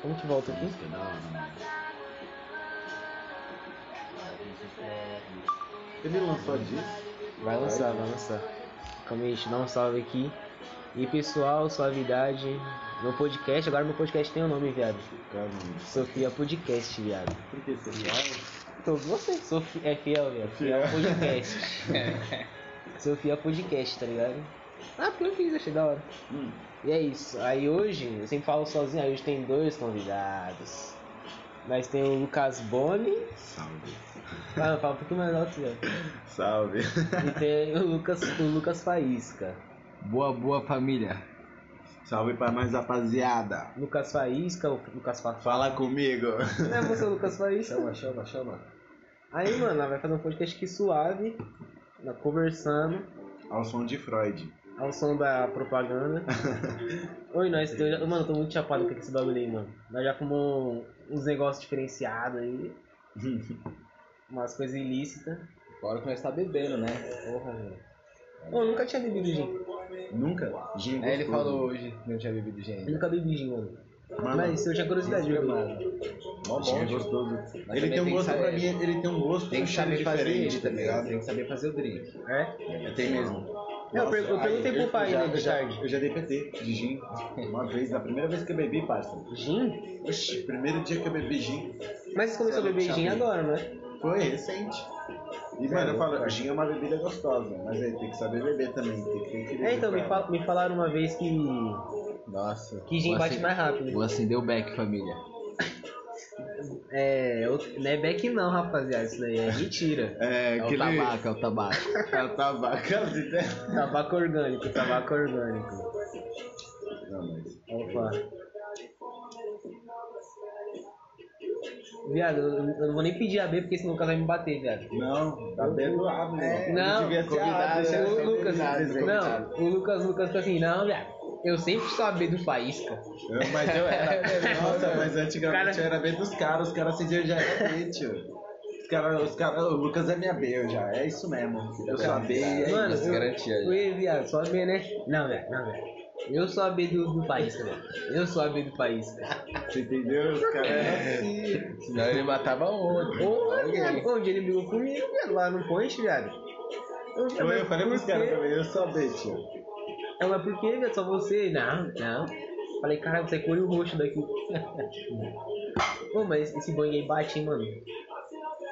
Como que volta aqui? Ele lançou disso? Vai lançar, vai lançar. Calma aí, deixa eu dar um salve aqui. E pessoal, suavidade. Meu podcast, agora meu podcast tem o nome, viado. Caramba. Sofia Podcast, viado. Por que você viaja? Então você Sofia, é fiel, viado. Fiel Podcast. Sofia Podcast, tá ligado? Ah, porque eu fiz, achei da hora. Hum. E é isso. Aí hoje, eu sempre falo sozinho, aí hoje tem dois convidados. Nós tem o Lucas Boni. Salve. Ah, não, fala um pouquinho mais alto, viado. Salve. E tem o Lucas, o Lucas Faísca. Boa, boa família. Salve pra mais rapaziada. Lucas Faísca, o Lucas Fafá. Fala comigo. Não é você, o Lucas Faísca? Chama, chama, chama. Aí, mano, ela vai fazer um podcast que suave, né, conversando, Ao som de Freud. ao som da propaganda. Oi, nós temos. Mano, eu tô muito chapado com esse bagulho aí, mano. Nós já fumamos uns negócios diferenciados aí, umas coisas ilícitas. Agora que nós tá bebendo, né? Porra, mano. Pô, eu nunca tinha bebido gin. Nunca? Gin É, ele gostoso. falou hoje que não tinha bebido Eu gente. nunca bebi gin, mano. Mano, Mas eu tinha curiosidade de beber. mano. mó bom, Gin gostoso. Mas ele também tem um tem que gosto pra saber- mim, ele tem um gosto Tem que saber fazer diferente, ele, tá ligado? Tem que saber fazer o drink. É? Tem mesmo. Eu, per- eu Nossa, perguntei aí, pro pai, já- né, de já- tarde. Eu já dei PT de gin. Uma vez, na primeira vez que eu bebi, parça. Gin? Oxi, primeiro dia que eu bebi gin. Mas você começou a beber gin agora, né? Foi recente. E, mano, eu falo, gin é uma bebida gostosa, mas aí tem que saber beber também. Tem que, tem que É, então, me, fal- me falaram uma vez que, Nossa. que gin Vou bate acender- mais rápido. Vou acender o back, família. É, eu- não é back não, rapaziada. Isso daí é mentira. É, É o tabaco, é o tabaco. É o tabaco. Tabaco orgânico, tabaco orgânico. Não, mas... Opa. Viado, eu eu não vou nem pedir a B porque senão o cara vai me bater, viado. Não, tá bebendo água. É. né? Não, devia ser convidado, é água, o né? Lucas. Convidado, convidado. Não, o Lucas, o Lucas tá assim, não, viado. Eu sempre saber do faísca. Eu- Mas eu era. Nossa, mas antigamente É Cara- eu era bem dos caras, os caras acendiam já era bem, tio. Os caras, os caras, o Lucas é minha B, eu já, é isso mesmo. Eu sou a B, é Mano, isso. Isso, garantia, eu, Oi, viado, só B, né? Não, velho, não, velho. Eu sou a B do, do país, velho. Eu sou a B do país, velho. Você entendeu? Os caras é assim. Senão ele matava ontem. Ô, viado, onde ele brigou comigo, viado, lá no point, viado. Eu, Eu, eu falei pros por caras quê? também, eu sou a B, tio. Ela, mas por que, viado, só você? Não, não. Falei, caralho, você é com o olho roxo daqui. Pô, mas esse bang aí bate, hein, mano.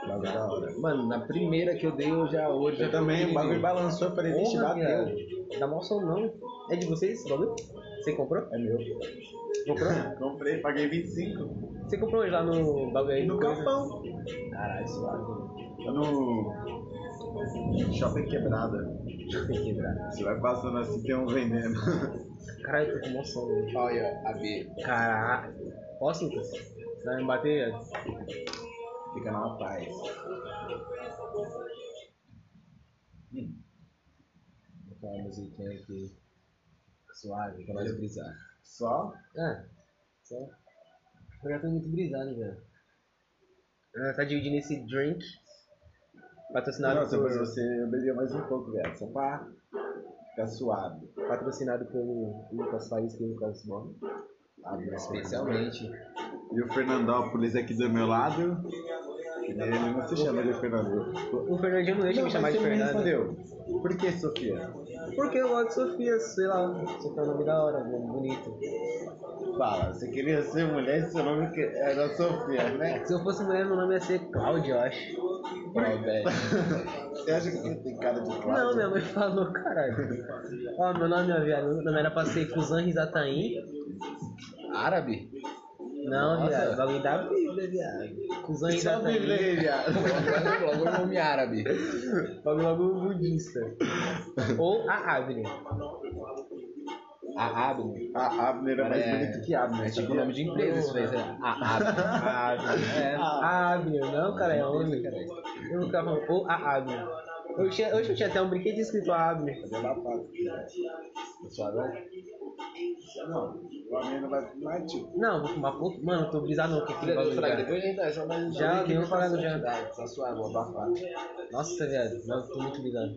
Mas é da hora. Mano, na primeira que eu dei, eu já hoje. tá Eu também, o bagulho balançou, eu falei, vixe, Porra, bateu. viado. Dá mal som, não. É de vocês esse bagulho? Você comprou? É meu. Comprou? Comprei, paguei 25. Você comprou hoje lá no bagulho aí? No coisa? capão. Caralho, suave. No shopping quebrada. Você vai passando assim, tem um vendendo. Caralho, tô com emoção. velho. Olha, a B. Caralho. Posso, Lucas? Você vai me bater? Fica na paz. Hum, Vou botar uma musiquinha aqui Suave, pra nós brisar. Só? Ah, só. Eu já tô muito brisado, velho. Ah, tá dividindo esse drink. Patrocinado, Nossa, por, mas você eu bebia mais um pouco, velho. Só pra ficar suave. patrocinado um, pelo Lucas Faísca e Lucas Bono. Especialmente. E o Fernandópolis aqui do meu lado. Ele não se chama de Fernandópolis. O Fernandinho não deixa me chamar de Fernando. respondeu. Por que, Sofia? Porque eu gosto de Sofia, sei lá. Sofia é um nome da hora, nome bonito. Fala, você queria ser mulher e seu nome que- era Sofia, né? Se eu fosse mulher, meu nome ia ser Cláudia, eu acho. Claudete. Você acha que você é tem cara de Cláudia? Não, minha mãe falou, caralho. Ó, meu nome, minha viado, meu nome era pra ser Kuzan Rizataim. Árabe? Não, Nossa. viado, é bagulho da Bíblia, viado. Kuzan Só a é Bíblia Rizataim. aí, viado. Logo, logo o nome árabe. Bagulho bagulho budista. Ou a Abner. A Abner. A Abner é mais É. bonito que Abner. É tipo o um sabia? nome de empresa isso daí. será? A Abner. A Abner. É. A Abner, não, cara, é homem. Eu nunca falo, ou a Abner. Eu tinha, hoje eu tinha até um brinquedo escrito a Abner. Fazer uma pata. né? Não, o Abner não vai tipo. fumar, tio. Não, vou fumar pouco. Mano, eu tô brisado, não, que aquele bagulho, cara. Tá Depois a gente dá só mais um Já, drink deu pra pra- essa já. atividade, Só suave, vou Tá abafar. Nossa, viado, eu tô muito brisado.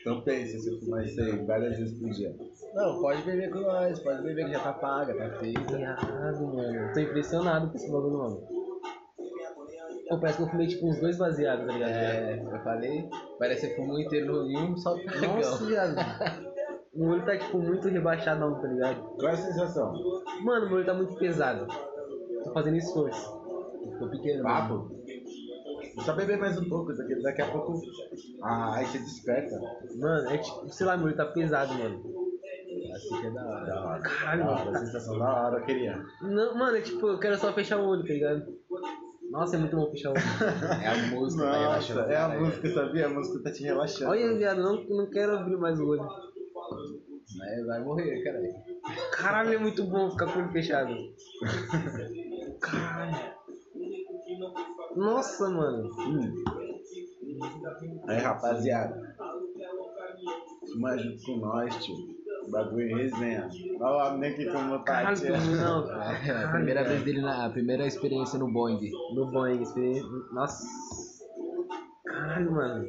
Então pensa se fumar isso aí várias vezes por dia. Não, pode beber com nós, pode beber que já tá paga, tá feita. Viado, mano. Tô impressionado com esse bagulho, mano. Pô, parece que eu fumei tipo uns dois baseados, tá ligado? É, eu falei, parece que fumou inteiro no um só Nossa, pegão. viado. O olho tá tipo muito rebaixadão, tá ligado? Qual é a sensação? Mano, meu olho tá muito pesado. Tô fazendo esforço. Ficou pequeno. mano. Papo? Só beber mais um pouco, daqui, daqui a pouco. Ah, aí você desperta. né? Mano, é tipo, sei lá, meu olho tá pesado, mano. Assim que é da hora. Da hora. Caralho, Da mano. hora, sensação da hora, eu queria. Não, mano, é tipo, eu quero só fechar o olho, tá ligado? Nossa, é muito bom fechar o olho. É a música, Nossa, tá relaxando. é a né? música, sabia? A música tá te relaxando. Olha, viado, não, não quero abrir mais o olho. Mas né? vai morrer, caralho. Caralho, é muito bom ficar com o olho fechado. Caralho. Nossa, mano. Hum. Aí, rapaziada. Fuma junto com nós, tio. O bagulho é resenha. Olha o homem que fumou pra Caralho, tia. tu- não. É, a Caralho, primeira viado. vez dele na. A primeira experiência no Boeing. No Boeing, experiência. Nossa. Caralho, mano.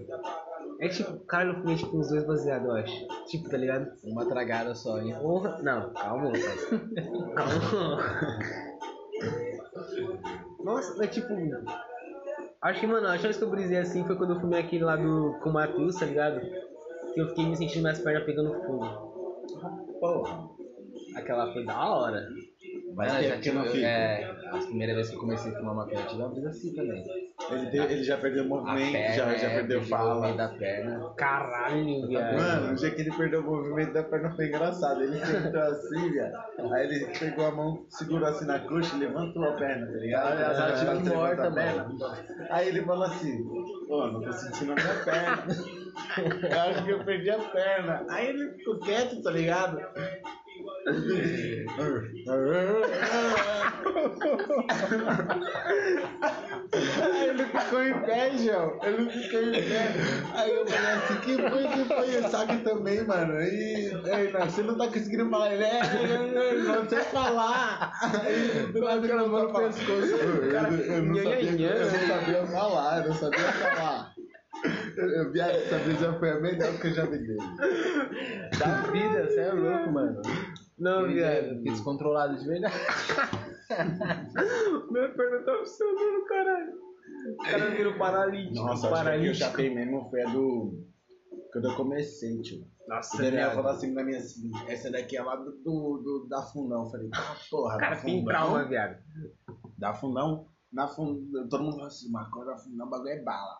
É tipo, caralho, eu fumei tipo uns dois baseados, eu acho. Tipo, tá ligado? Uma tragada só, hein? Porra. Não, calma, rapaz. calma. Nossa, é tipo. Acho que, mano, a chance que eu brisei assim foi quando eu fumei aquele lá do com o Matheus, tá ligado? Que eu fiquei me sentindo minhas pernas pegando fogo. Porra. Aquela foi da hora. Mas Mano, que- já que tive- não fica. é, a primeira vez que eu comecei a fumar maconha, eu tive uma brisa assim também. Ele, te- ele já perdeu o A movimento, perna, já, já é, perdeu perdi o movimento fala. da perna. Caralho, viado. Mano, o dia que ele perdeu o movimento da perna foi engraçado. Ele sentou assim, viado. Aí ele pegou a mão, segurou assim na coxa e levantou a perna, tá ligado? Olha, ela Pra tinha que levantar morta, a perna. Aí ele falou assim: Pô, não tô sentindo a minha perna. Eu acho que eu perdi a perna. Aí ele ficou quieto, tá ligado? Aí ele ficou em pé, João. Ele ficou em pé. Aí eu falei assim, que foi, que foi? O Saga também, mano. E, aí, não, você não tá conseguindo falar. Ele, é, é, é, não sei falar. Aí, do lado dele, eu no pescoço. Eu, eu não sabia, eu não sabia falar, eu não sabia falar. Eu, eu vi essa brisa foi a melhor que eu já me dei. Da vida, você é louco, mano. Não, Eu viado. fiquei descontrolado de verdade. Minha perna tá funcionando, caralho. O cara virou paralítico. Nossa, acho que a que eu paralítico. chapei mesmo foi a do. Quando eu comecei, tio. O Nossa, Daniel viado. falou assim pra mim assim: essa daqui é lá do, do, do- da fundão. Eu falei, ah, porra, Cara, da tem fundão. trauma, viado. Da fundão, na fundão. Todo mundo fala assim, maconha da fundão, o bagulho é bala.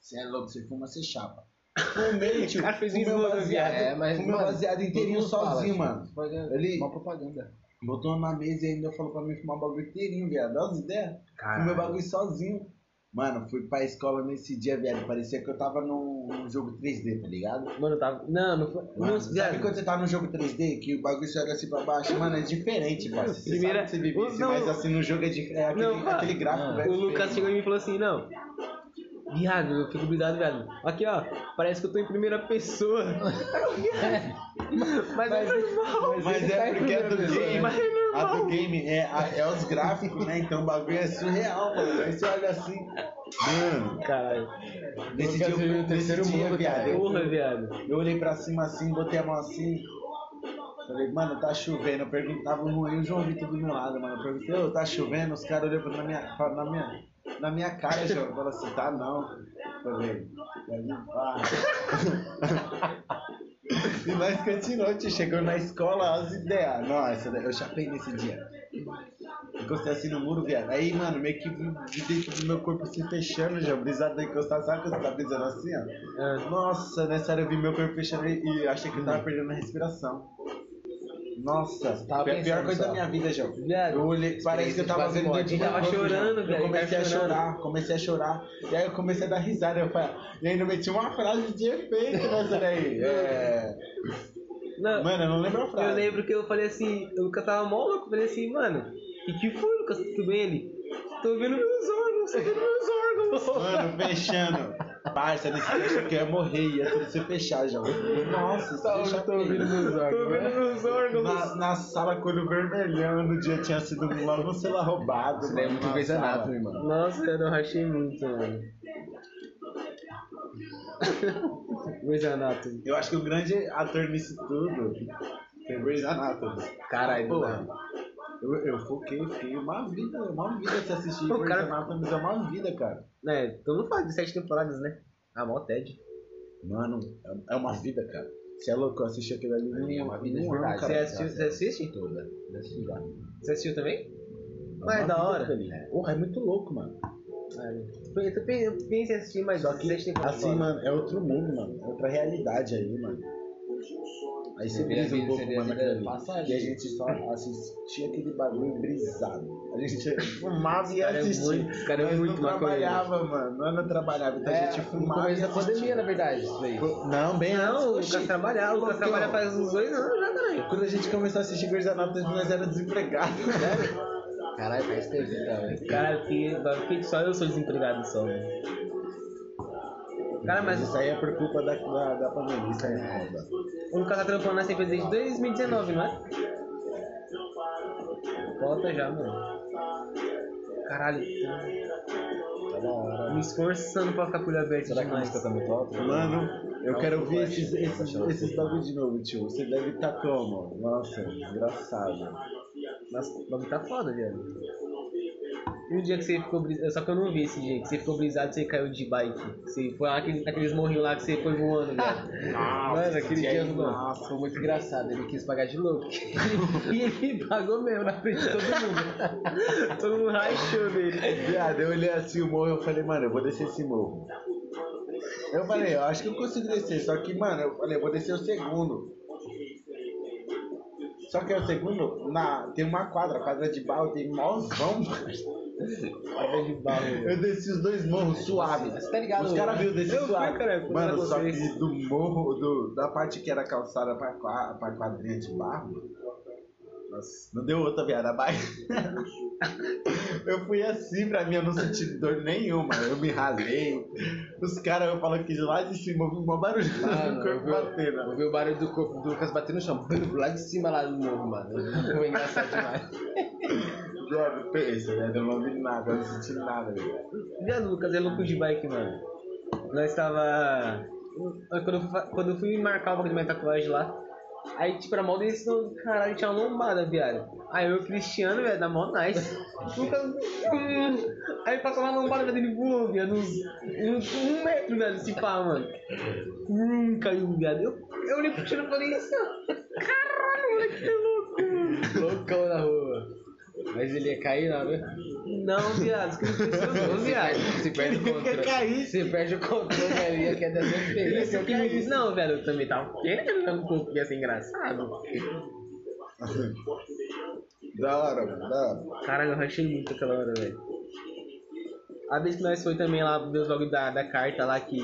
Você é louco, você fuma, você chapa. Fumei, tio. O cara fez um fumei o slogan, baseado, É, mas. fumei o mano, baseado todo inteirinho mundo fala, sozinho, tipo, mano. propaganda, Ele- Uma propaganda. Botou na mesa e ainda falou pra mim fumar o bagulho inteirinho, viado. Dá umas ideias. Caralho. Fumei o bagulho sozinho. Mano, fui pra escola nesse dia, viado. Parecia que eu tava num num jogo 3D, tá ligado? Mano, eu tava. Não, não foi. Mano, Nossa, sabe viado. quando você tá no jogo 3D, que o bagulho joga assim pra baixo? Mano, é diferente, parceiro. Você Primeira- sabe que você vive isso, Não. mas assim, no jogo é, de, é aquele, Não, cara. aquele gráfico, é Ah. velho. O Lucas chegou em mim e falou assim: não. Viado, eu fico brisado, viado. Aqui, ó. Parece que eu tô em primeira pessoa. Mas, é normal. Mas ele tá é em porque a do primeira pessoa, game, Mas é a normal. do game é, a- é os gráficos, né? Então o bagulho é surreal, mano. Aí você olha assim, mano, Caralho. nesse Lucas dia, vive eu- nesse no terceiro dia, mundo, viado, cara. eu, Porra, viado. eu olhei pra cima assim, botei a mão assim, falei, mano, tá chovendo. Eu perguntava o Moinho, o João Vitor do meu um lado, mano. Eu perguntei, ô, tá chovendo? Os caras olhando na minha, pra- na minha, na minha cara, João. Falaram assim, tá não. Eu Falei, vai limpar. e nós continuamos, tio. Chegou na escola, as ideias. Nossa, né, eu chapei nesse dia. Encostei assim no muro, viado. Aí, mano, meio que de dentro do meu corpo se fechando, já brisado de encostar, sabe quando você tá brisando assim, ó? Ah, Nossa, nessa hora eu vi meu corpo fechando e e achei que eu tava perdendo a respiração. Nossa, tava foi a pior pensando coisa só. da minha vida, João. Viado, Eu olhei, parece que eu tava de vendo pode. dentro do base meu Tava corpo, chorando, João. velho, Eu comecei tava a chorando. chorar, comecei a chorar. E aí eu comecei a dar risada. Eu falei, e ainda meti uma frase de efeito nessa daí. É... não, Mano, eu não lembro a frase. eu lembro que eu falei assim: o Lucas tava mó louco. Eu falei assim, mano. E que foi, Lucas? Tudo bem? Ele? Tô vendo meus órgãos, tô vendo meus órgãos. Mano, fechando. Parça, nesse trecho que eu ia morrer, ia tudo se fechar, João. Nossa, Tá, isso eu tô feio. ouvindo meus Tô órgãos. vendo né? meus órgãos. Na, na sala, quando vermelhão, no dia tinha sido logo, sei lá, roubado. Isso daí é muito Na Grey's sala. Anatomy, mano. Nossa, eu não rachei muito, mano. Grey's Anatomy. Eu acho que o grande ator nisso tudo foi Grey's Anatomy. Caralho, Pô, mano. eu, eu foquei, fiquei uma vida, uma vida se assistir Pô, Grey's cara- Anatomy, é uma vida, cara. É, todo mundo fala de sete temporadas, né? Ah, mó Ted. Mano, é- é uma vida, cara. Você é louco, eu assisti aquilo ali Ali é num uma ano, vida de um Ah, cara. verdade. Você assistiu- já, você já. assiste? Toda. Já assisti já. Você assistiu também? É Mas uma da vida hora. aquilo ali. Porra, é muito louco, mano. É. Eu tô pen- eu pensei em assistir, mas Só que, sete temporadas. assim, mano, é outro mundo, mano. É outra realidade aí, mano. Aí você Você vê a brisa um vida- pouco, você vê a mano, vida naquele passar, E a gente. gente só assistia aquele bagulho brisado. A gente fumava e Cara, é assistia. muito- esse cara é Nós muito não maconheiro. É, trabalhava, mano. Nós não trabalhava. Então a gente É, no fumava começo e da pandemia, assistia. na verdade, isso aí. Pô, Não, bem antes. Não, o Oxi. Lucas trabalhava. O Lucas Qual que é, trabalha ó? faz uns dois anos já, caralho. Quando a gente começou a assistir Grey's Anatomy, nós era desempregado. Caralho, faz tempo então, velho. Cara, que bagulho só eu sou desempregado só, mano. Cara, mas né? isso aí é por culpa da, da, da pandemia. Isso aí é foda. o Lucas tá trampando nessa empresa desde 2019, não é? Volta já, mano. Caralho, tô Tá da hora. me esforçando pra ficar com o olho aberto Será que a demais. música tá muito alta? Mano, eu Não, quero eu ouvir acho. esses, esses, Eu acho esses que- bagulho de novo, tio. Você deve estar como? Nossa, desgraçado. Nossa, o bagulho tá foda, viado. E o dia que você ficou brisado, só que eu não vi esse dia, que você ficou brisado, você caiu de bike. Você foi aqueles, aqueles morrinhos lá que você foi voando, velho. Mano, aquele esse dia dia aí, mano, nossa. foi muito engraçado. Ele quis pagar de louco. E ele pagou mesmo na frente de todo mundo. todo mundo rachou dele. Viado, eu olhei assim o morro e eu falei, mano, eu vou descer esse morro. Eu falei, eu acho que eu consigo descer, só que, mano, eu falei, eu vou descer o segundo. Só que é o segundo, na, tem uma quadra, quadra de barro, tem mozão. Quadra de barro, Eu desci os dois morros suave. Você tá ligado? Os caras viram, eu né, desci Eu fui, suave. cara, um quando mano, eu só desci. que do morro, do- da parte que era calçada pra, qua- pra quadrinha de barro. Nossa, não deu outra viada, vai. Eu fui assim pra mim, eu não senti dor nenhuma. Eu me ralei. Os caras, eu falo que de lá de cima, eu vi um maior barulho Mano, do corpo ouvi, batendo. ouvi o barulho do corpo do Lucas batendo no chão. Bum, Lá de cima, lá no morro, mano. Foi engraçado demais. Viado, pensa, viado, eu não vi nada, eu não senti nada. viado. Viado, Lucas é louco de bike, mano. Nós tava. Quando eu, fa- quando eu fui marcar o bagulho da minha tatuagem lá, aí, tipo, era mó desse do caralho, tinha uma lombada, viado. Aí eu e o Cristiano, velho, da mó nice. Lucas. hum, Aí passou uma lombada, velho, ele voou, viado. Uns, uns- um metro, velho, se pá, mano. Hum, caiu, viado. Eu, eu olhei pro Cristiano e falei, isso. Caralho, moleque, que louco, mano. Loucão na rua. Mas ele ia cair, não, né? Não, viado, isso que não funcionou, Você viado. perde, você perde o controle. Você perde o controle ali, ia querer dessa experiência. Isso que me disse, não, velho, eu também tava querendo um pouco, ia ser engraçado. Da hora, mano, da hora. Caralho, eu rachei muito aquela hora, velho. A vez que nós foi também lá ver os bagulho da, da carta lá que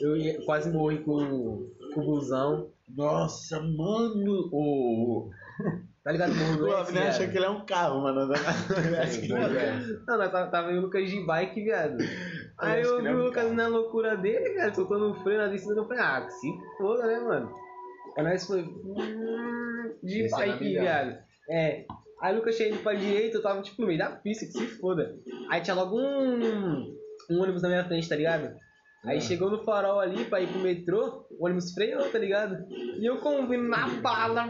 eu ia- quase morri com, com o busão. Nossa, mano! O. Tá ligado? Morro O doente, Abner acha viado. que ele é um carro, mano. Acho que não é. Não, nós tava, tava eu e o Lucas de bike, viado. Aí acho eu que vi não. o Lucas na loucura dele, velho, soltando o freio na descida, eu falei, ah, que se foda, né, mano? Aí nós foi hum, de Desceu na bike, milhão. viado. É. Aí o Lucas cheguei pra direita, eu tava tipo no meio da pista, que se foda. Aí tinha logo um, um ônibus na minha frente, tá ligado? Aí chegou no farol ali pra ir pro metrô, o ônibus freou, tá ligado? E eu com o vindo na bala.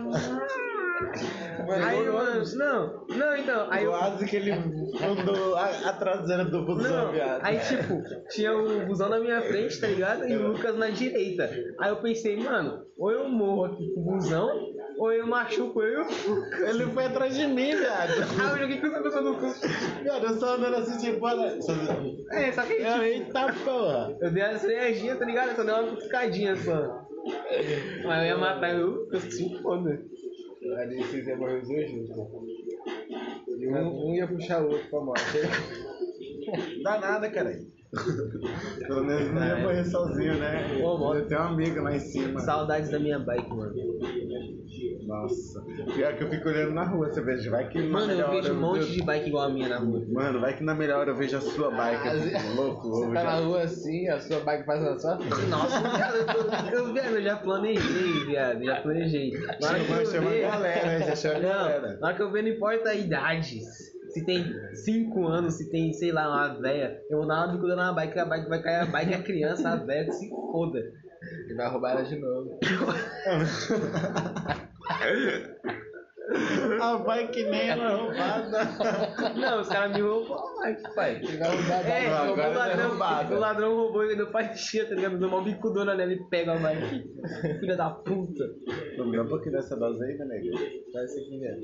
Aí, mano, não, não, então. Aí eu, Quase que ele andou a- atrasando do busão, não, viado. aí tipo, tinha o busão na minha frente, tá ligado? E o Lucas na direita. Aí eu pensei, mano, ou eu morro aqui com o busão, ou eu machuco eu. Ele foi atrás de mim, viado. Aí eu joguei com essa pessoa no cu. Viado, eu só andando assim de fora. Só... assim. É, só que aí, Eu, tipo, eita porra! eu dei essa energia, tá ligado? Eu só dei uma cutucadinha só. Mas eu ia matar eu, eu se foda. Ali vocês iam morrer os dois juntos. pô. E um, um ia puxar o outro pra morte. Dá nada, cara. Pelo menos não ia morrer sozinho, né? Ô, mano. Eu tenho um amigo lá em cima. Saudades da minha bike, mano. Nossa. Pior que eu fico olhando na rua, você veja. Vai que na Mano, eu melhor vejo hora um monte de bike igual a minha na rua. Mano, vai que na melhor hora eu vejo a sua bike. Ah, eu fico louco, Você louco. tá na já. rua assim, a sua bike passa na sua frente. Nossa, viado, eu, tô- eu, viado, eu já planejei, viado, já planejei. Na hora que Chama- eu Chama a ver- galera, já chama a Não, galera. na hora que eu ver, não importa a idade. Se tem 5 anos, se tem, sei lá, uma véia, eu vou dar uma bicuda na bike, a bike vai cair a bike, a criança, a véia, que se foda. E vai roubar ela de novo. A bike nem é era roubada. Não, os caras me roubam a bike, pai. Ele vai roubar a É, bike. o Agora tá ladrão, roubada. o ladrão roubou e deu fatia, tá ligado? Deu uma bicudona nela e pega a bike. Filha da puta. Não dá um pouquinho dessa dose aí, meu nego. Dá essa aqui, velho.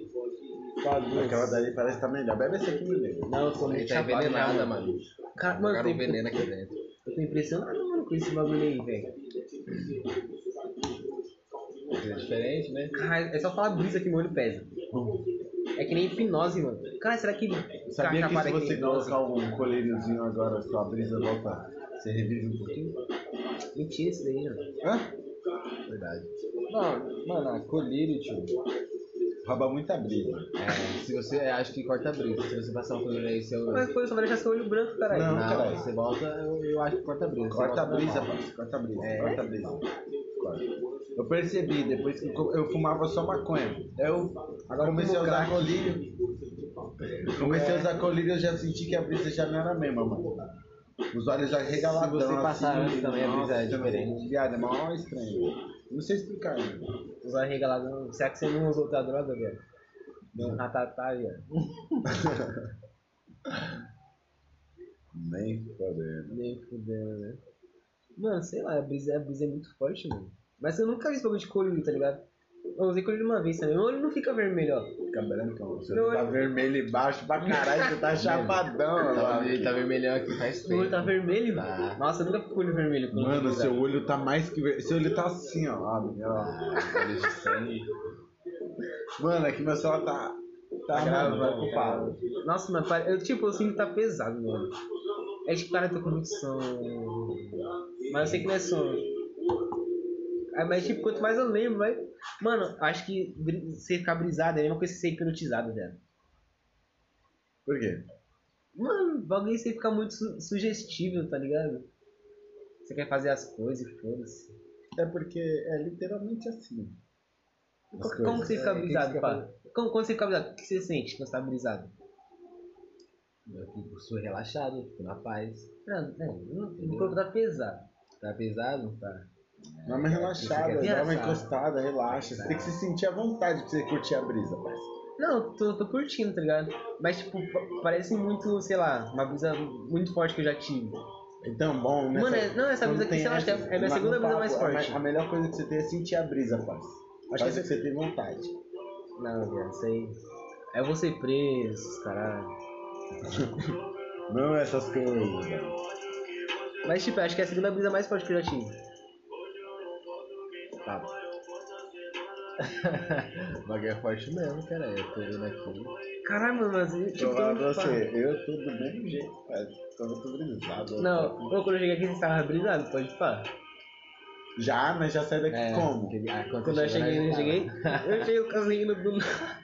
Aquela dali parece que tá melhor. Bebe essa aqui, meu nego. Não, eu sou Ele muito tá chapado, envenenada, mano. mano. Cara, mano, eu Jogaram tô, um veneno aqui dentro. eu tô impressionado, mano, com esse bagulho aí, velho. É diferente, né? Cara, é só falar brisa que meu olho pesa. É que nem hipnose, mano. Cara, será que. Sabia que Cacapara se é que você nem hipnose? colocar um colíriozinho agora, sua brisa volta, você revisa um pouquinho? Mentira isso daí, mano. Hã? Verdade. Não, mano, a colírio, tio. Rouba muita brisa. É, se você é, acho que corta a brisa. Se você passar um colírio aí, seu. Mas foi, só vai deixar seu olho branco, caralho. Não, Não, caralho. você volta, eu, eu acho que corta a brisa. Você Corta a volta brisa, normal. parceiro. Corta a brisa. É? Corta a brisa. Corta. Eu percebi, depois que eu eu fumava só maconha. Eu Agora comecei a fuma usar colírio. Comecei a usar colírio, eu já senti que a brisa já não era a mesma, mano. Os olhos já regaladão. Se você passar assim, antes também, a brisa é nossa, diferente. Viado, é mó estranho. Não sei explicar, né? mano. Usar regalado. Será que você não usou outra droga, velho? Deu um ratatá, velho. Nem fodendo. Nem fudendo, né? Mano, sei lá, a brisa, a brisa é muito forte, mano. Mas eu nunca vi esse bagulho de colírio, tá ligado? Eu usei colírio uma vez também. Meu olho não fica vermelho, ó. Fica brancão. Você Meu tá olho- vermelho e baixo pra caralho, você tá chapadão, Tá, mano. ele tá vermelhão aqui, faz Meu olho tempo. tá vermelho? Tá. Nossa, eu nunca fico com o olho vermelho. quando eu Ah. Mano, vou seu usar. olho tá mais que. ver- Seu olho tá assim, ó. Abre, ó. Ah, olhos de sangue. Mano, aqui meu celular tá. Tá gravando, gravando, ocupado. Nossa, mas pare- eu, tipo, eu sinto que tá pesado, mano. É tipo, cara, eu tô com muito sono. Mas eu sei que não é sono. Ah, Mas, tipo, quanto mais eu lembro, vai. Mano, acho que bri- você ficar brisado é a mesma coisa que ser hipnotizado, velho. Por quê? Mano, o bagulho é você fica muito su- sugestível, tá ligado? Você quer fazer as coisas e foda-se. É porque é literalmente assim. As Co- Como coisas. que você fica É, o que que brisado, você pá? fica Como, quando você fica brisado, o que você sente quando você tá brisado? Eu fico sou relaxado, fico na paz. Não, não, o corpo tá pesado. Tá pesado? Tá. Dá uma relaxada, Você quer dá uma pensar. encostada, relaxa. Você tem que se sentir à vontade pra você curtir a brisa, parceiro. Não, tô, tô curtindo, tá ligado? Mas, tipo, pa- parece muito, sei lá, uma brisa muito forte que eu já tive. Então, bom, né? Mano, é- não, essa brisa aqui, sei lá, acho que é- é minha segunda brisa mais forte. A melhor coisa que você tem é sentir a brisa, parceiro. Acho Acho que que você tem vontade. Não, velho, isso aí. Aí É eu vou ser preso, caralho. Não essas coisas, velho. Tipo, Mas, tipo, acho que é a segunda brisa mais forte que eu já tive. Tá. o bagulho é forte mesmo, cara. Eu tô vendo aqui. Caralho, mano, mas. eu, Tipo, Eu tô falo muito pra pá. você, eu tô do mesmo jeito, parceiro. Tô muito brisado. Não, ô, quando eu cheguei aqui, você tava brisado, pode pá. Já, mas já sai daqui É, como? aquele- ah, Quando eu cheguei, eu lá, cheguei. tava. Eu cheguei com as meninas do nada.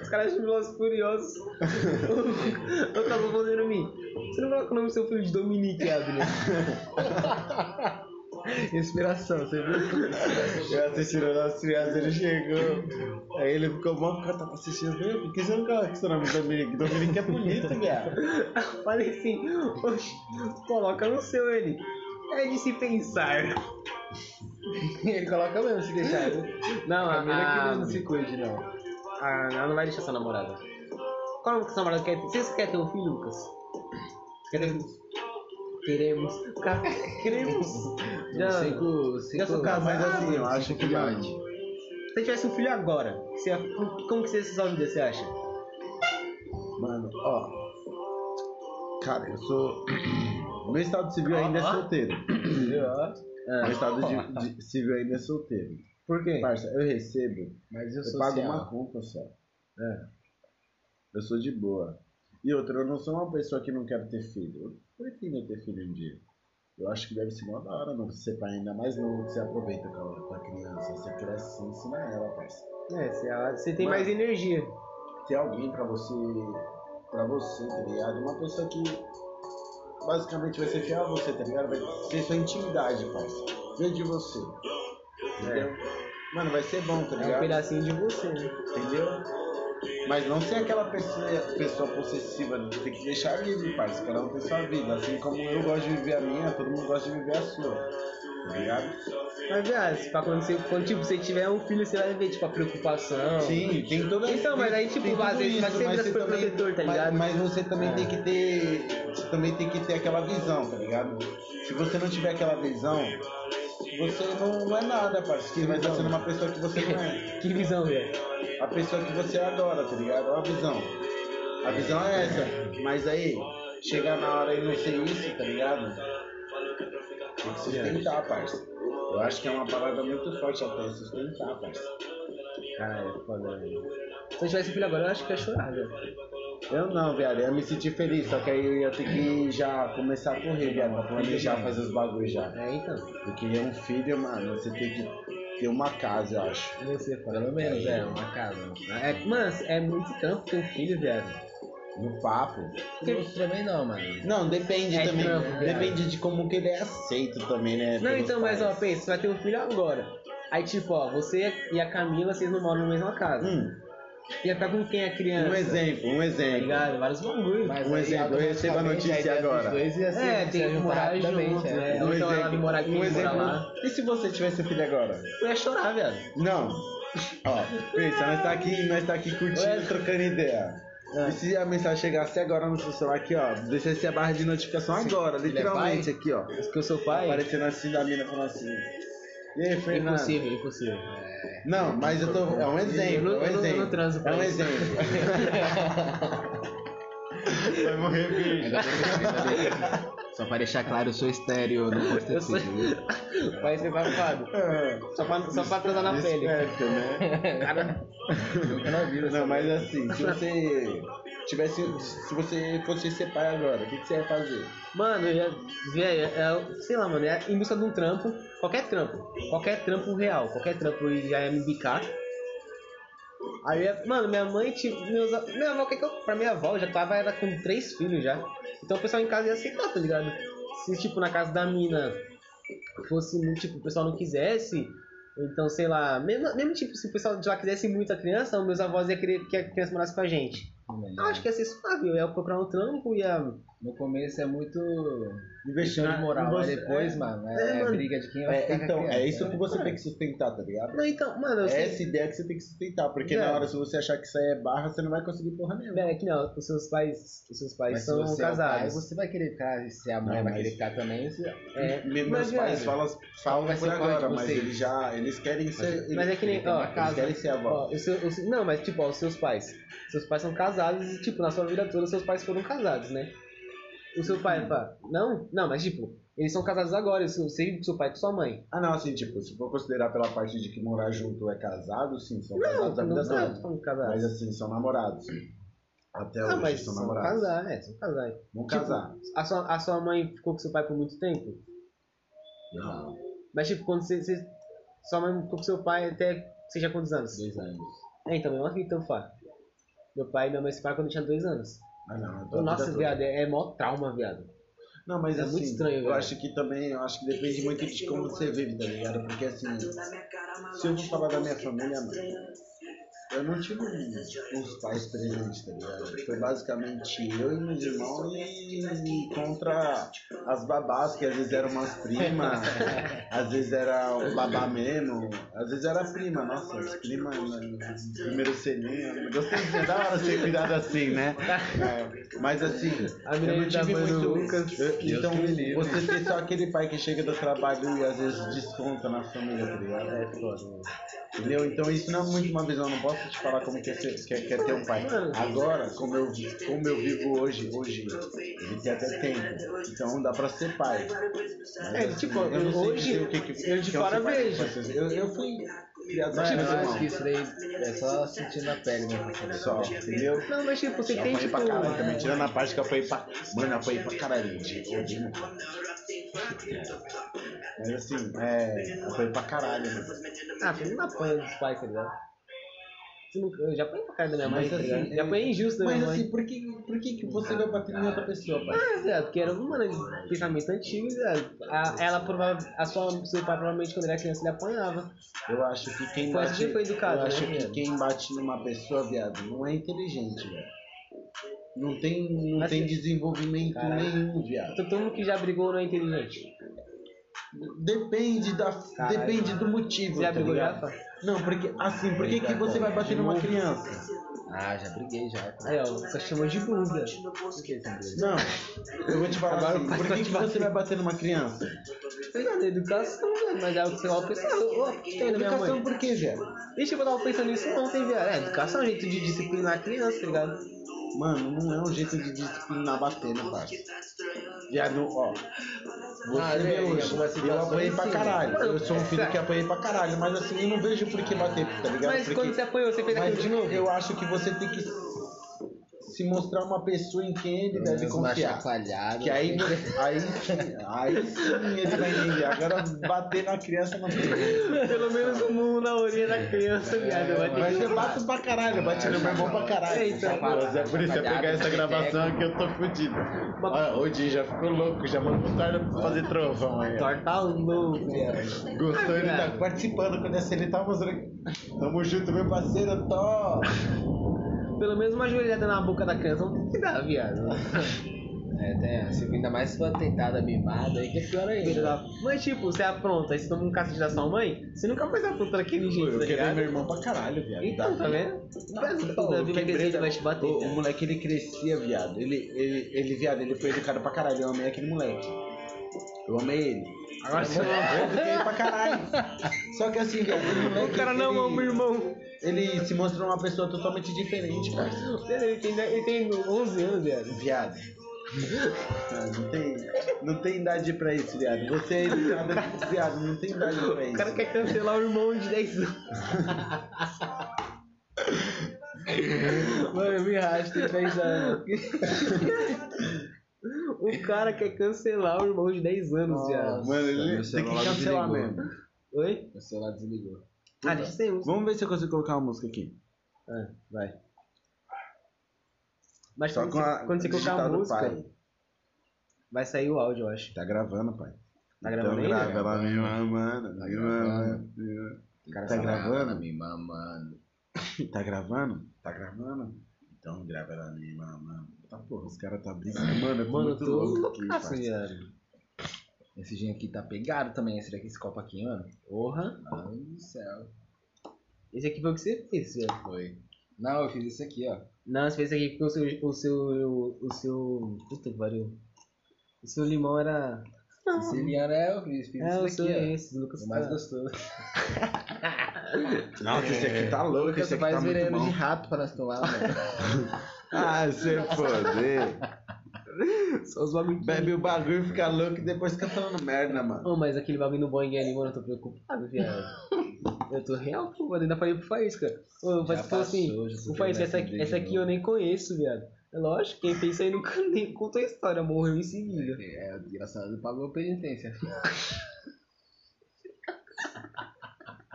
Os caras de Velozes e Furiosos. Eu tava fazendo mim. Você não coloca o nome do seu filho de Dominique, Abner? Inspiração, você viu? Eu assistindo o nosso criança, ele chegou. Aí ele ficou mal porque eu tava tá assistindo. Meu, por que você não coloca seu nome Dominique? Dominique é bonito, viado. Eu Falei assim, oxe, coloca no seu ele. É de se pensar. Ele coloca mesmo se deixar. né? viu? Não, a, Primeiro que a, Deus não se cuide, não. a, Ah, ela não vai deixar sua namorada. Qual é o que sua namorada quer ter? Vocês querem ter um filho, Lucas? Queremos. Queremos. Ca- Queremos. Já, se Cinco, cinco, sou casado. Mas assim, eu Cinco acho que, mano, você tivesse um filho agora, você ia- como que você resolve isso, você acha? mano, ó. Cara, eu sou. Meu estado civil ainda é Ó, ó. solteiro. Meu Ah, estado de- de civil ainda é solteiro. por quê? Parça, eu recebo Mas eu Eu sou assim, pago uma conta só. É. Eu sou de boa. E outra, eu não sou uma pessoa que não quero ter filho. Eu pretendo ter filho um dia. Eu acho que deve ser uma da hora, mano. Você pai ainda mais novo, que você aproveita com a, com a criança. Você cresce, você ensina ela, parceiro. É, você, você tem Mano. mais energia. Ter alguém pra você. pra você, tá ligado? Uma pessoa que basicamente vai ser fiel a você, tá ligado? Vai ser sua intimidade, parceiro. Vem de você. Entendeu? Mano, vai ser bom, tá É um ligado? pedacinho de você, né? Entendeu? Mas não ser aquela pessoa, pessoa possessiva, tem que deixar livre, parceiro. Cada um tem sua vida. Assim como eu gosto de viver a minha, todo mundo gosta de viver a sua. Tá ligado? Mas, viado, se pra quando, você, quando tipo, você tiver um filho, você vai ver, tipo, a preocupação. Sim, tem toda Então, mas aí, tipo, às vezes, mas sempre você as coisas também- protetor, tá mas- ligado? É. Mas, você também tem que ter. Você também tem que ter aquela visão, tá ligado? Se você não tiver aquela visão, você não, não é nada, parceiro. Você vai estar sendo uma pessoa que você não é Que visão, velho. a pessoa que você adora, tá ligado? Olha a visão. A visão é essa. Mas aí, chegar na hora e não ser isso, tá ligado? Tem que sustentar, parça. Eu acho que é uma parada muito forte até sustentar, parça. Cara, é foda, velho. Se eu tivesse um filho agora, eu acho que ia chorar, velho. Eu não, viado. Eu ia me sentir feliz, só que aí eu ia ter que já começar a correr, viado. Pra planejar fazer os bagulhos já. É, então. Porque é um filho, mano, você tem que ter uma casa, eu acho. Você, pelo menos, é uma casa. É, mano, é muito trampo ter um filho, velho. No papo. Porque... Também não, mano. Não, depende É também. trampo, viado. depende de como que ele é aceito também, né? Não, pelos então, mas, ó, pais. pensa, você vai ter um filho agora. Aí, tipo, ó, você e a Camila, vocês não moram na mesma casa. Hum. Ia ficar com quem a criança? Um exemplo, um Tá exemplo. ligado? Vários bagulho. Um exemplo, eu recebo a notícia agora. É, tem que morar junto, é. né? Um Ou então ela vai morar aqui, um morar lá. exemplo. E se você tivesse filho agora? Eu ia chorar, velho. Não. Ó, pensa, nós tá aqui, nós tá aqui curtindo, Ué. trocando ideia. É. E se a mensagem chegasse agora no seu celular aqui, ó, descesse a barra de notificação agora, literalmente aqui, ó. Porque eu sou é pai? Aparecendo assim da mina falando assim. E aí, Fernando? Impossível, impossível. Não, mas eu tô. É um exemplo. Eu não- é eu um não- eu não exemplo. transo com é um isso. exemplo. Vai morrer, bicho. Só pra deixar claro, eu sou estéreo, não posso Eu sou... Vai ser bafado. Só pra, só pra transar na pele. Esperto, É. né? Cara, Não, mas assim, se você tivesse. Se você fosse ser pai agora, o que, que você ia fazer? Mano, eu ia. Velho, é- sei lá, mano, é em busca de um trampo. Qualquer trampo. Qualquer trampo real. Qualquer trampo eu já ia me bicar. Aí, eu ia- mano, minha mãe, tipo, meus, a- minha avó, que que eu, pra minha avó, eu já tava era com três filhos já. Então o pessoal em casa ia aceitar, tá ligado? Se, tipo, na casa da mina fosse, muito, tipo, o pessoal não quisesse, ou então, sei lá, mesmo, mesmo tipo, se o pessoal de lá quisesse muito a criança, os meus avós iam querer que a criança morasse com a gente. Eu acho que ia ser suave, eu ia procurar um trampo, ia... é. No começo é muito Investir questão de moral, mas você- depois, mano, É, é, é mano. briga de quem vai É, ficar com a então, é criança, isso né? que você tem que sustentar, tá ligado? Não, então, mano, eu É sei... essa ideia que você tem que sustentar, porque na Velho. hora, se você achar que isso aí é barra, você não vai conseguir porra nenhuma. Velho, que não, os seus pais, os seus pais Mas se são você é o um pai, casados. você vai querer ficar, se a mãe Não, vai mas- querer ficar também, você... É, Me- mas, Meus pais velho, falam, falam vai por ser qual de agora, mas vocês? eles já. Eles querem ser. mas é que nem, ó, eles casa. querem ser avó. Ó, os seus- os- não, mas tipo, ó, os seus pais. Seus pais são casados e, tipo, na sua vida toda, seus pais foram casados, né? O seu Hum. pai, pá, não? Não, mas tipo, eles são casados agora, seu, seu, seu pai com sua mãe. Ah, não, assim, tipo, se for considerar pela parte de que morar junto é casado, sim, são Não, casados a não, vida não, toda. tô falando casados. Mas assim, são namorados. Até ah, hoje mas são são namorados. casais, né? São casais. Vão Tipo, casar. A sua, a sua mãe ficou com seu pai por muito tempo? Não. Mas tipo, quando você. você- sua mãe ficou com seu pai até. Seja quantos anos? Dois anos. É, então, mesma vida, então, Fá. Meu pai e minha mãe se separaram quando eu tinha dois anos. Ah, não. então a Nossa, vida viado, é, é mó trauma, viado. toda. Não, mas é assim, muito estranho, eu velho. acho que também, eu acho que depende muito de como você vive, tá ligado? Porque assim, Se eu vou falar da minha família, mano. eu não tive os pais presentes, tá ligado? Foi basicamente eu e meus irmãos e contra as babás, que às vezes eram umas primas, às vezes era o babá mesmo, às vezes era a prima, nossa, as primas né, no primeiro selinho, gostosinho, é da hora ser cuidado assim, né? É, Mas assim, A eu não menina da tive mãe do muito. Lucas, eu- Deus então, que me livre. você tem só aquele pai que chega do trabalho e às vezes desconta na família, tá ligado? É foda. Entendeu? Então isso não é muito uma visão, eu não posso te falar como que é, ser, que é- que é ter um pai. Agora, como eu, como eu vivo hoje, hoje, ele tem até tempo. Então dá pra ser pai. Mas, É, tipo, eu não sei hoje, dizer o que que- eu de que é um ser fora pai, vejo. mas Eu, eu fui criado Mas tipo, eu irmão, acho que isso daí é só sentindo a pele mesmo. assim. só, entendeu? Não, mas tipo, você Eu tem apanhei tipo. pra caralho também, tirando a parte que eu apanhei pra... Mano, eu apanhei pra caralho, de, de, Mas é, assim, é... Eu apanhei pra caralho, mano. Ah, você não apanha dos pais, tá ligado? Você não- Eu já apanhei pra cara da minha mãe, Mas tá ligado? assim, já apanhei injusto da Mas minha mãe. assim, por que, por que, que você vai bater em outra pessoa, pai? Ah, Zé, porque era um pensamento antigo, Zé. A, ela prova- a sua, seu pai provavelmente quando era criança ele apanhava. Eu acho que quem Foi assim bate. que foi educado, eu né, acho que viado? quem bate numa pessoa, viado, não é inteligente, velho. Não tem, não Mas tem assim, desenvolvimento caralho. nenhum, viado. Então todo mundo que já brigou não é inteligente. Depende, da, Caralho. depende do motivo, Você já tá brigou já? ligado? Rafa? Não, porque assim, por que, que você vai bater numa criança? Ah, já briguei já. Aí, ó, você chamou de burro, Zé. Não, eu vou te falar Agora assim, o pai por tá vai que, te que você bater. vai bater numa criança? Obrigado, é educação, Zé. Mas é o que você vai pensar. Ô, ô, que tem na minha Educação mãe. por quê, velho? Ixi, eu tava pensando nisso ontem, viado. É, educação é um jeito de disciplinar a criança, tá ligado? Mano, não é um jeito de né, disciplinar batendo, parça. Viado, ó. Você Ah, vê é, em hoje, alguma eu situação, apanhei pra sim. caralho. Eu sou um filho Certo. que apanhei pra caralho, mas assim, eu não vejo por que bater, tá ligado? Mas Porque- quando você apanhou, você fez mas aquilo de novo? eu acho que você tem que se mostrar uma pessoa em quem ele deve confiar. chacoalhada. Que aí, aí, aí sim ele vai entender. Agora bater na criança não tem. Pelo menos um murro na orelha da criança, viado. É, Vai ter Mas que eu bato pra caralho, bati É, no meu irmão pra caralho. Eita, Mas é por isso que eu pegar essa gravação que eu tô fudido. Olha, o Dinho já ficou louco, já mandou tarde pra fazer trovão aí. ó. Torta louco, viado. Gostou, ele tá Cara. participando quando essa ele tá mostrando. que- Tamo junto, meu parceiro, tô. Pelo menos uma joelhada na boca da criança não tem que dar, viado. É, tem essa. Ainda mais se for tentada mimada, aí que é pior Filho ainda. da- Mas tipo, você apronta, aí você toma um cacete da sua mãe, você nunca mais apronta daquele jeito, Eu tá quebrei meu ligado? irmão pra caralho, viado. Então, tá vendo? Pô, O Davi eu né? vai quebrei crescer, da- ele vai te bater. tá? O, o viado. moleque ele crescia, viado. Ele, ele, ele, viado, ele foi educado pra caralho. Eu amei aquele moleque. Eu amei ele. Agora você Eu eduquei ele pra caralho. Só que assim, viado, o moleque. O cara não ama ele, meu irmão. ele se mostrou uma pessoa totalmente diferente, parceiro. Ele tem, ele tem 11 anos, viado. Viado. Não, não tem, não tem idade pra isso, viado. Você é educado, viado, não tem idade pra isso. O cara quer cancelar o irmão de 10 anos. Mano, eu me rasto tem 10 anos. O cara quer cancelar o irmão de 10 anos, viado. Mano, ele Meu tem que celular cancelar desligou. mesmo. Oi? Meu celular desligou. Ah, deixa eu ser um. Vamos ver se eu consigo colocar uma música aqui. Ah, vai. Mas Só quando, com a você, quando você colocar a digital do música, pai. vai sair o áudio, eu acho. Tá gravando, pai. Tá gravando então, ainda? grava lá, me mamando, me mamando. me mamando. Tá gravando? Me mamando. Tá gravando? Tá gravando? Então grava lá, me mamando. Tá porra, os caras tá brincando. Mano, eu Mano, tô eu muito tô louco aqui, loucaço, parça. viado. Esse gin aqui tá pegado também, esse daqui, esse copo aqui, mano. Porra. Ai, do céu. Esse aqui foi o que você fez, viado. Foi. Não, eu fiz isso aqui, ó. Não, você fez isso aqui porque o seu. O seu. O seu. Puta que pariu. O seu limão era. Siciliano é eu fiz, fiz É, o isso seu aqui, é ó. esse, Lucas. O mais tá- gostoso. Nossa, esse aqui tá louco, esse Você aqui tá faz muito veneno de bom. rato pra nós tomar, né? mano. Ah, você foder. Só os bagulho. Bebe o bagulho, fica louco e depois fica falando merda, mano. Ô, mas aquele bagulho no Boeing ali, mano, eu tô preocupado, viado. eu tô real, pô, mano. Ainda falei pro Faísca. Ô, o Faísca falou assim. passou, já O superou Faísca, essa essa, briga essa de aqui novo. eu nem conheço, viado. É lógico, quem fez isso aí nunca nem contou a história, morreu em seguida. É, o desgraçado pagou penitência.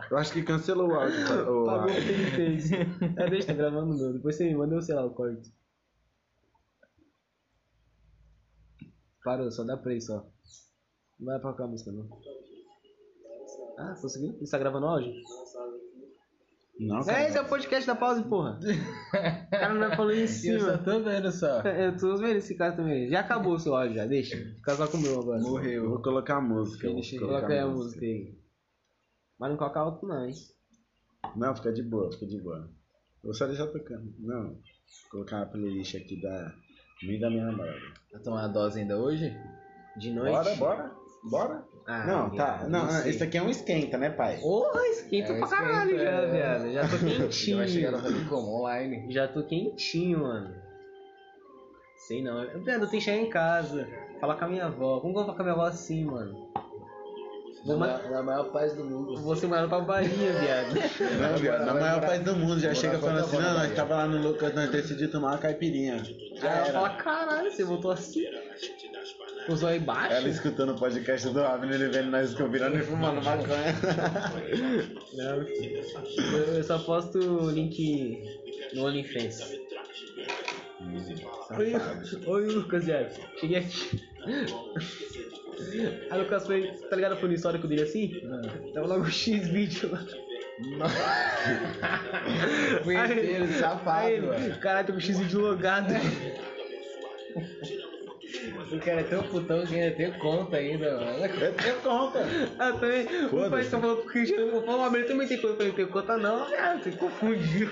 Eu acho que cancelou o áudio. tá? Pagou Ô, o áudio. que ele fez. É, deixa, tá gravando meu. Depois você me manda, eu sei lá, o corte. Parou, só dá play só. Não vai pra cá a música, não. Ah, conseguiu? Isso tá gravando áudio? Não, É, cara. esse é o podcast da pausa, porra. O cara não vai falando em Eu só cima. É, tô vendo só. Eu tô vendo esse cara também. Já acabou o seu áudio, já. Deixa. Fica só com o meu agora. Eu vou colocar a música. eu vou Deixa eu colocar colocar aí a música aí. Mas não colocar outro, não, hein? Não, fica de boa, fica de boa. Vou só deixar tocando. Não, vou colocar a playlist aqui da minha e da minha namorada. Vai tomar uma dose ainda hoje? De noite. Bora, bora, bora. Ah, não, tá. viado, Não, sei. isso aqui é um esquenta, né, pai? Porra, esquenta É, pra caralho esquenta, já, é. viado. Já tô Já vai chegar no quentinho. Famicom online. já tô quentinho, mano. Sei não. Viado, eu tenho que chegar em casa. Falar com a minha avó. Como que eu vou falar com a minha avó assim, mano? Vou na, ma- na maior paz do mundo. Você morar pra Bahia, viado. Não, viado, na vai maior pra- paz do mundo já Vai chega pra- falando vai assim, pra- não, nós vai pra- tava lá no Lucas, nós decidimos tomar uma caipirinha. Já Aí ela era. fala, caralho, você voltou assim? Com os olhos Ela baixos? escutando o podcast do Abner, ele vendo nós combinando e fumando maconha. Não, filho. eu, eu só posto o link no OnlyFans. Oi, Lu- oi Lucas, viado. Cheguei aqui. Aí o Lucas foi, tá ligado o fundo histórico dele assim? Tava logo o X vídeo lá. Punheteiro, safado, Aí, velho. Caralho, tô com o X vídeo logado. O cara é tão putão que ainda tem conta ainda, mano. Eu tenho conta. Ah, também. O Foda-se. pai só falou pro Cristiano, eu falei, mas ele também tem conta, eu falei, tem conta não, é, cara, você confundiu.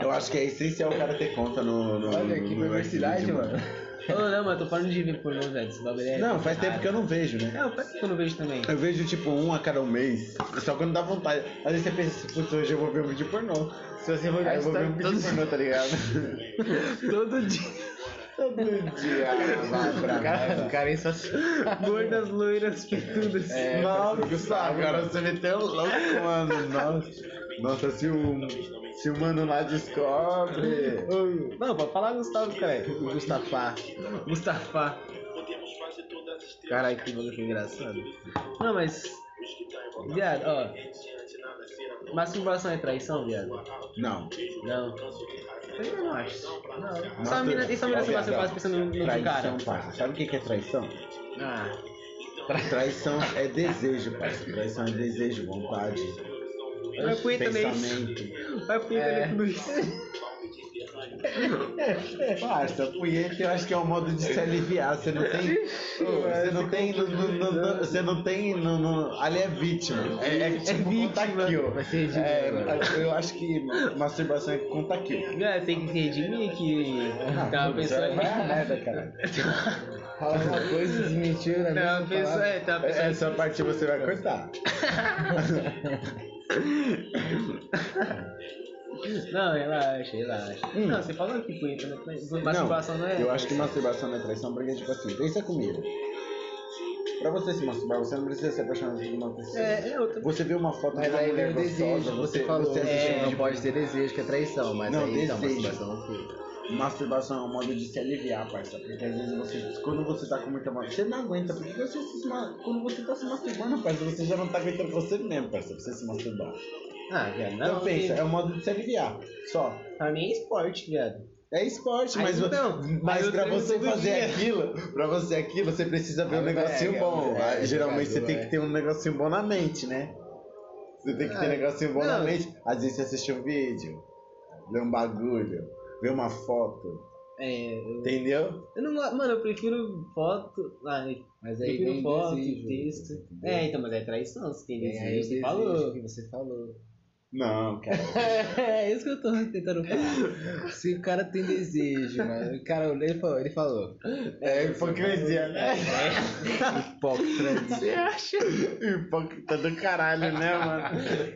Eu acho que é essencial o cara ter conta no. no Olha no- que no tipo. universidade, Xvideos, mano. Ô, não, mas eu tô parando de ver pornô, velho, esse bagulho é... Não, faz tempo que eu não vejo, né? Não, faz tempo que eu não vejo também. Eu vejo tipo um a cada um mês, só quando dá vontade. Às vezes você pensa assim, putz, hoje eu vou ver um vídeo pornô. Se você olhar, eu vou ver um vídeo pornô, tá ligado? Todo dia. Todo dia. vai pra O cara, casa. o cara é insaciável. Gordas, loiras, peitudas. É, Nossa, agora você meteu louco, mano. Nossa, Nossa se, o, se o mano lá descobre. Ô, Não, pra falar Gustavo, caralho. o Gustafá. Mustafa. Caralho, que é bagulho engraçado. Não, mas... Viado, ó. Masturbação é traição, viado? Não. Não. Eu não acho. Não. Essa Nossa, mina, essa mina se viado, masturbasse pensando no, no cara. Traição, parça. Sabe o que que é traição? Ah. Traição é desejo, parça. Traição é desejo, vontade. Vai pro internet. Pensamento. Vai pro internet tudo isso. É, Parça, punheta eu acho que é um modo de se aliviar. Você não tem. Ô, Você não tem. não- não- não- não- Você não tem. não- não- Ali é vítima. É, é tipo conta kill. Vai ser ridículo, É, mano. eu acho que masturbação é conta Ah, kill. Viado, tem que se redimir que tava Vai pensando... a é merda, cara. Fala uma coisa e desmentiu Tava na mesma pensando... palavra. É, tava pensando... Essa parte você vai cortar. Não, relaxa, relaxa. Não, você falou que punheta, né? Masturbação não, é. Eu acho que masturbação não é traição, porque tipo assim, pensa comigo. Pra você se masturbar, você não precisa se apaixonar por uma pessoa. É, é outra. Você vê uma foto de Mas uma aí mulher vem o gostosa, você, desejo, você falou. você assiste é, um não vídeo- pode ter desejo, que é traição, mas Não, aí então, desejo. masturbação não fica. Masturbação é um modo de se aliviar, parça. Porque às vezes você, quando você tá com muita masturbação, você não aguenta. Porque você se, ma- quando você tá se masturbando, parça, você já não tá aguentando você mesmo, parça, pra você se masturbar. Ah, viado, não. então pensa, porque é um modo de se aliviar. Só. Pra mim é esporte, viado. É esporte, Aí mas, vo- então, aí mas eu pra treino você todo fazer dia. aquilo, pra você aquilo, você precisa ver Aí um negocinho pega, bom. é, Aí, geralmente jogador, você tem é. que ter um negocinho bom na mente, né? Você tem que ter um negocinho bom na não. mente. Às vezes você assiste um vídeo, vê um bagulho, vê uma foto, É. Eu entendeu? eu não gosto. Mano, eu prefiro foto. Ah, mas aí Prefiro tem foto, foto, texto. desejo. É, então, mas é traição, se tem Vem desejo, aí o você desejo falou. que você falou. Não, cara. é isso que eu tô tentando falar. Se o cara tem desejo, mano. O cara olhou e falou, ele falou. É hipocrisia, né? Hipócrita. é. Você acha? Hipócrita do caralho, né, mano?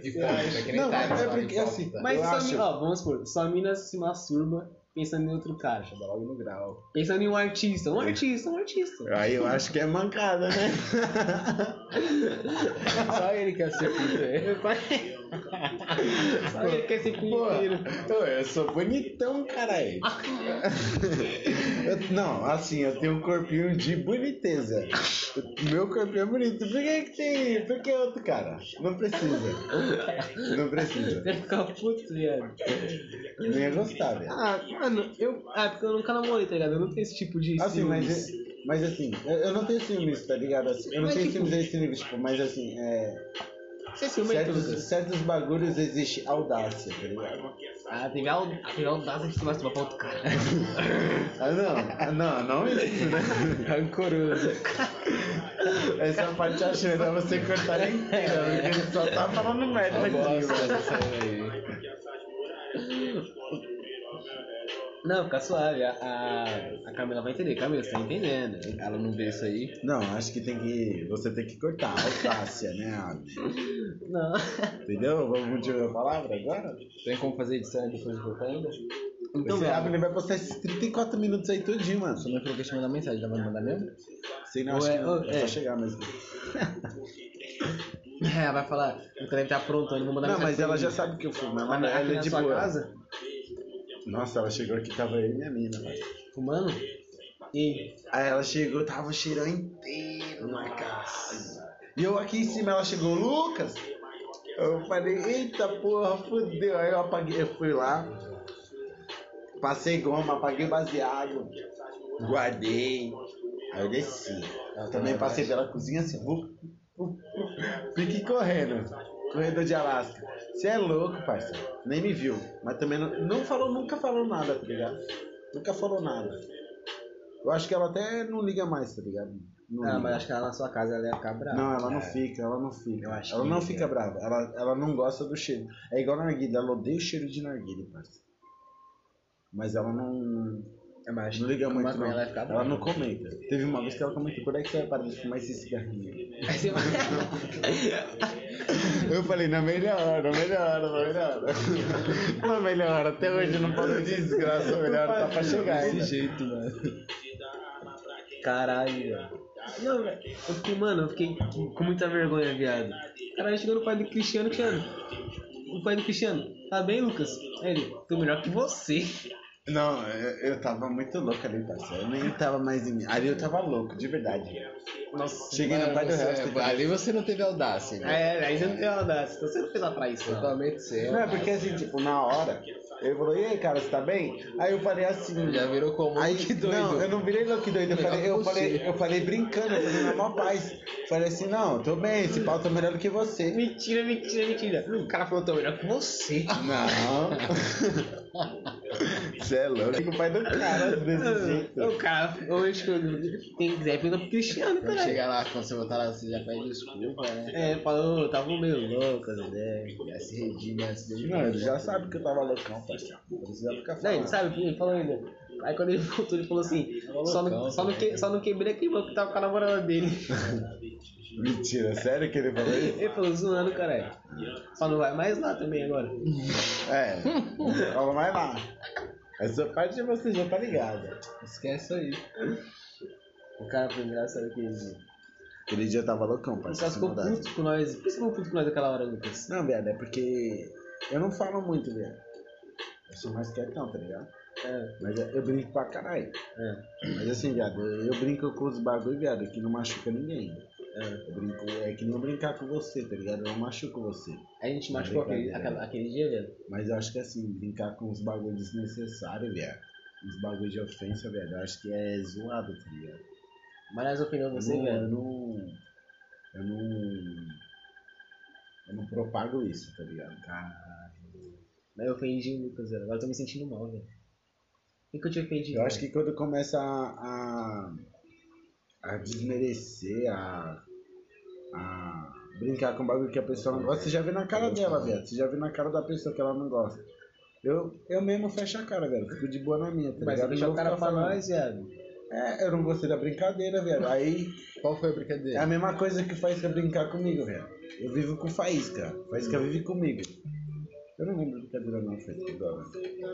Hipócrita, que nem Não, tá, mas é fala porque hipócrita. assim, Mas eu só acho... mina, ó, vamos supor, só mina se masturba pensando em outro cara. Dá logo no grau. Pensando em um artista, um artista, um artista. Aí eu acho que é mancada, né? Só ele que aceita. Meu pai. Sabe, ele quer ser Pô, pinheiro. ô, eu sou bonitão, caralho. Eu- não, assim, eu tenho um corpinho de boniteza. Meu corpinho é bonito. Por que, que tem? Por que outro cara? Não precisa. Não precisa. Você vai ficar puto, viado. Nem é ia gostar, velho. Ah, mano, eu. Ah, porque eu nunca namorei, tá ligado? Eu não tenho esse tipo de. Assim, ciúmes. mas, mas assim, eu, eu não tenho ciúmes, tá ligado? Assim, eu não Mas, tenho tipo- ciúmes a esse nível, tipo, mas assim, é, Você é ciumento, certos, Lucas? certos bagulhos existe audácia, tá ligado? Ah, teve a au- teve a audácia de se masturbar pra outro cara. Ah, não, ah, não, não isso, né? é um Rancoroso. É, Essa é parte eu acho melhor você cortar inteira, porque ele só tá falando merda Uma aqui. bosta essa aí. Não, fica suave. A, a, a Camila vai entender. Camila, você tá entendendo. Ela não vê isso aí. Não, acho que tem que. Você tem que cortar. Audácia, né, Abi? Não. Entendeu? Vamos mudar a palavra agora? Tem como fazer edição depois de voltar ainda? é, Então, Esse viado. Abner vai postar esses 34 minutos aí tudinho, mano. Sua mãe falou que ia te mandar mensagem, ela vai mandar mesmo? Sei não, Ou acho é- que não. ou É é. só chegar mesmo. É, Ela vai falar, o Caleb tá aprontando, vou mandar Não, mensagem mas pra ela ele. já sabe que eu fumo. Ela, Mas na- ela aqui é na de sua boa. casa, Nossa, ela chegou aqui, tava eu e minha mina, mano. Tá fumando, e Aí ela chegou, tava o cheirão inteiro na casa. E eu aqui em cima, ela chegou, Lucas! Eu falei, eita porra, fudeu. Aí eu apaguei, eu fui lá, passei goma, apaguei baseado, guardei. Aí eu desci. Eu também passei pela cozinha assim, vou. Fiquei correndo, corredor de Alasca. Você é louco, parceiro. Nem me viu. Mas também não, não falou, nunca falou nada, tá ligado? Nunca falou nada. Eu acho que ela até não liga mais, tá ligado? Não, Ah, liga. mas acho que ela na sua casa ela ia ficar brava. Não, ela não É. fica, ela não fica. Eu acho ela que não não fica brava, ela, ela não gosta do cheiro. É igual narguilha, ela odeia o cheiro de narguilha, parceiro. Mas ela não, É, mas acho não que liga com muito, maconha não. Ela ia ficar brava. Ela não comenta. Teve uma vez que ela comentou, por é que você vai parar de fumar esse cigarrinho? Aí você vai- Eu falei, na melhor hora, na melhor hora, na melhor hora. na melhor hora, até hoje não posso desgraça, a melhor hora tá pra chegar Desse ainda. jeito, mano. Caralho, velho. Não, velho. Eu fiquei, mano, eu fiquei com muita vergonha, viado. Caralho, chegou no pai do Cristiano, Cristiano. O pai do Cristiano, tá bem, Lucas? Aí Ele, tô melhor que você. Não, eu, eu tava muito louco ali, parceiro. Eu nem tava mais em mim. Ali eu tava louco, de verdade. Nossa. Cheguei no pai do Você- é, resto. ali você não teve audácia, né? É, aí você não tem audácia. Você não fez lá pra isso, não. Totalmente certo. Não, é porque assim, tipo, na hora, ele falou, e aí, cara, você tá bem? Aí eu falei assim, Já virou comum. aí, que doido. Não, eu não virei louco doido, eu Melhor falei, eu que você. falei, eu falei brincando, eu falei na maior paz. Falei assim, não, tô bem, esse pau tá melhor do que você. Mentira, mentira, mentira. O cara falou, tô melhor que você. Não. Você é louco. Fica o pai do cara assim. desse jeito. O cara, hoje, quem quiser, pergunta pro Cristiano, Quando caralho. chegar lá, quando você voltar lá, você já pede desculpa, né? É, falou, tava meio louco né?" as ideias. Já se redime antes dele. Não, ele já sabe que eu tava louco, não, parceiro. Não Precisa ficar Não, ele falando. sabe, ele falou ainda. Aí quando ele voltou, ele falou assim: só não, só não, que, só não quebrei aquele banco que tava com a namorada dele. Mentira, sério que ele falou isso? Ele falou: zoando, caralho. Só não vai mais lá também agora. É. Fala mais lá. Essa É parte você já tá ligada. Esquece isso aí. O cara foi engraçado que ele. assim. Aquele dia eu tava loucão, O parceiro. cara ficou sem maldade. puto com nós. Por que você ficou puto com nós naquela hora, Lucas? Não, viado, é porque eu não falo muito, viado. Eu sou mais quietão, tá ligado? É, Mas eu eu brinco pra caralho. é, Mas assim, viado, eu eu brinco com os bagulho, viado, que não machuca ninguém. é. Eu brinco, é que nem eu brincar com você, tá ligado? Eu não machuco você. A gente machucou aquele, Brincadeira. aquela- aquele dia, velho. Mas eu acho que assim, brincar com os bagulhos desnecessários, viado. Os bagulhos de ofensa, viado, eu acho que é zoado, tá ligado? Mas nós ofendemos você, eu, não, eu velho. não. Eu não. Eu não propago isso, tá ligado? Mas eu ofendi o Lucas, velho. Agora eu tô me sentindo mal, velho. O que, que eu te ofendi? Eu acho que quando começa a, a, a desmerecer, a, a brincar com um bagulho que a pessoa não gosta, você já vê na cara dela, velho. Você já vê na cara da pessoa que ela não gosta. Eu, eu mesmo fecho a cara, velho. Fico de boa na minha, tá Mas você ligado? deixou Não o vou cara ficar pra falando. nós, velho. É, eu não gostei da brincadeira, velho. Aí Qual foi a é a brincadeira? mesma coisa que o Faísca brincar comigo, velho. Eu vivo com o Faísca. O Faísca vive comigo. Eu não lembro a brincadeira não, Faísca, agora.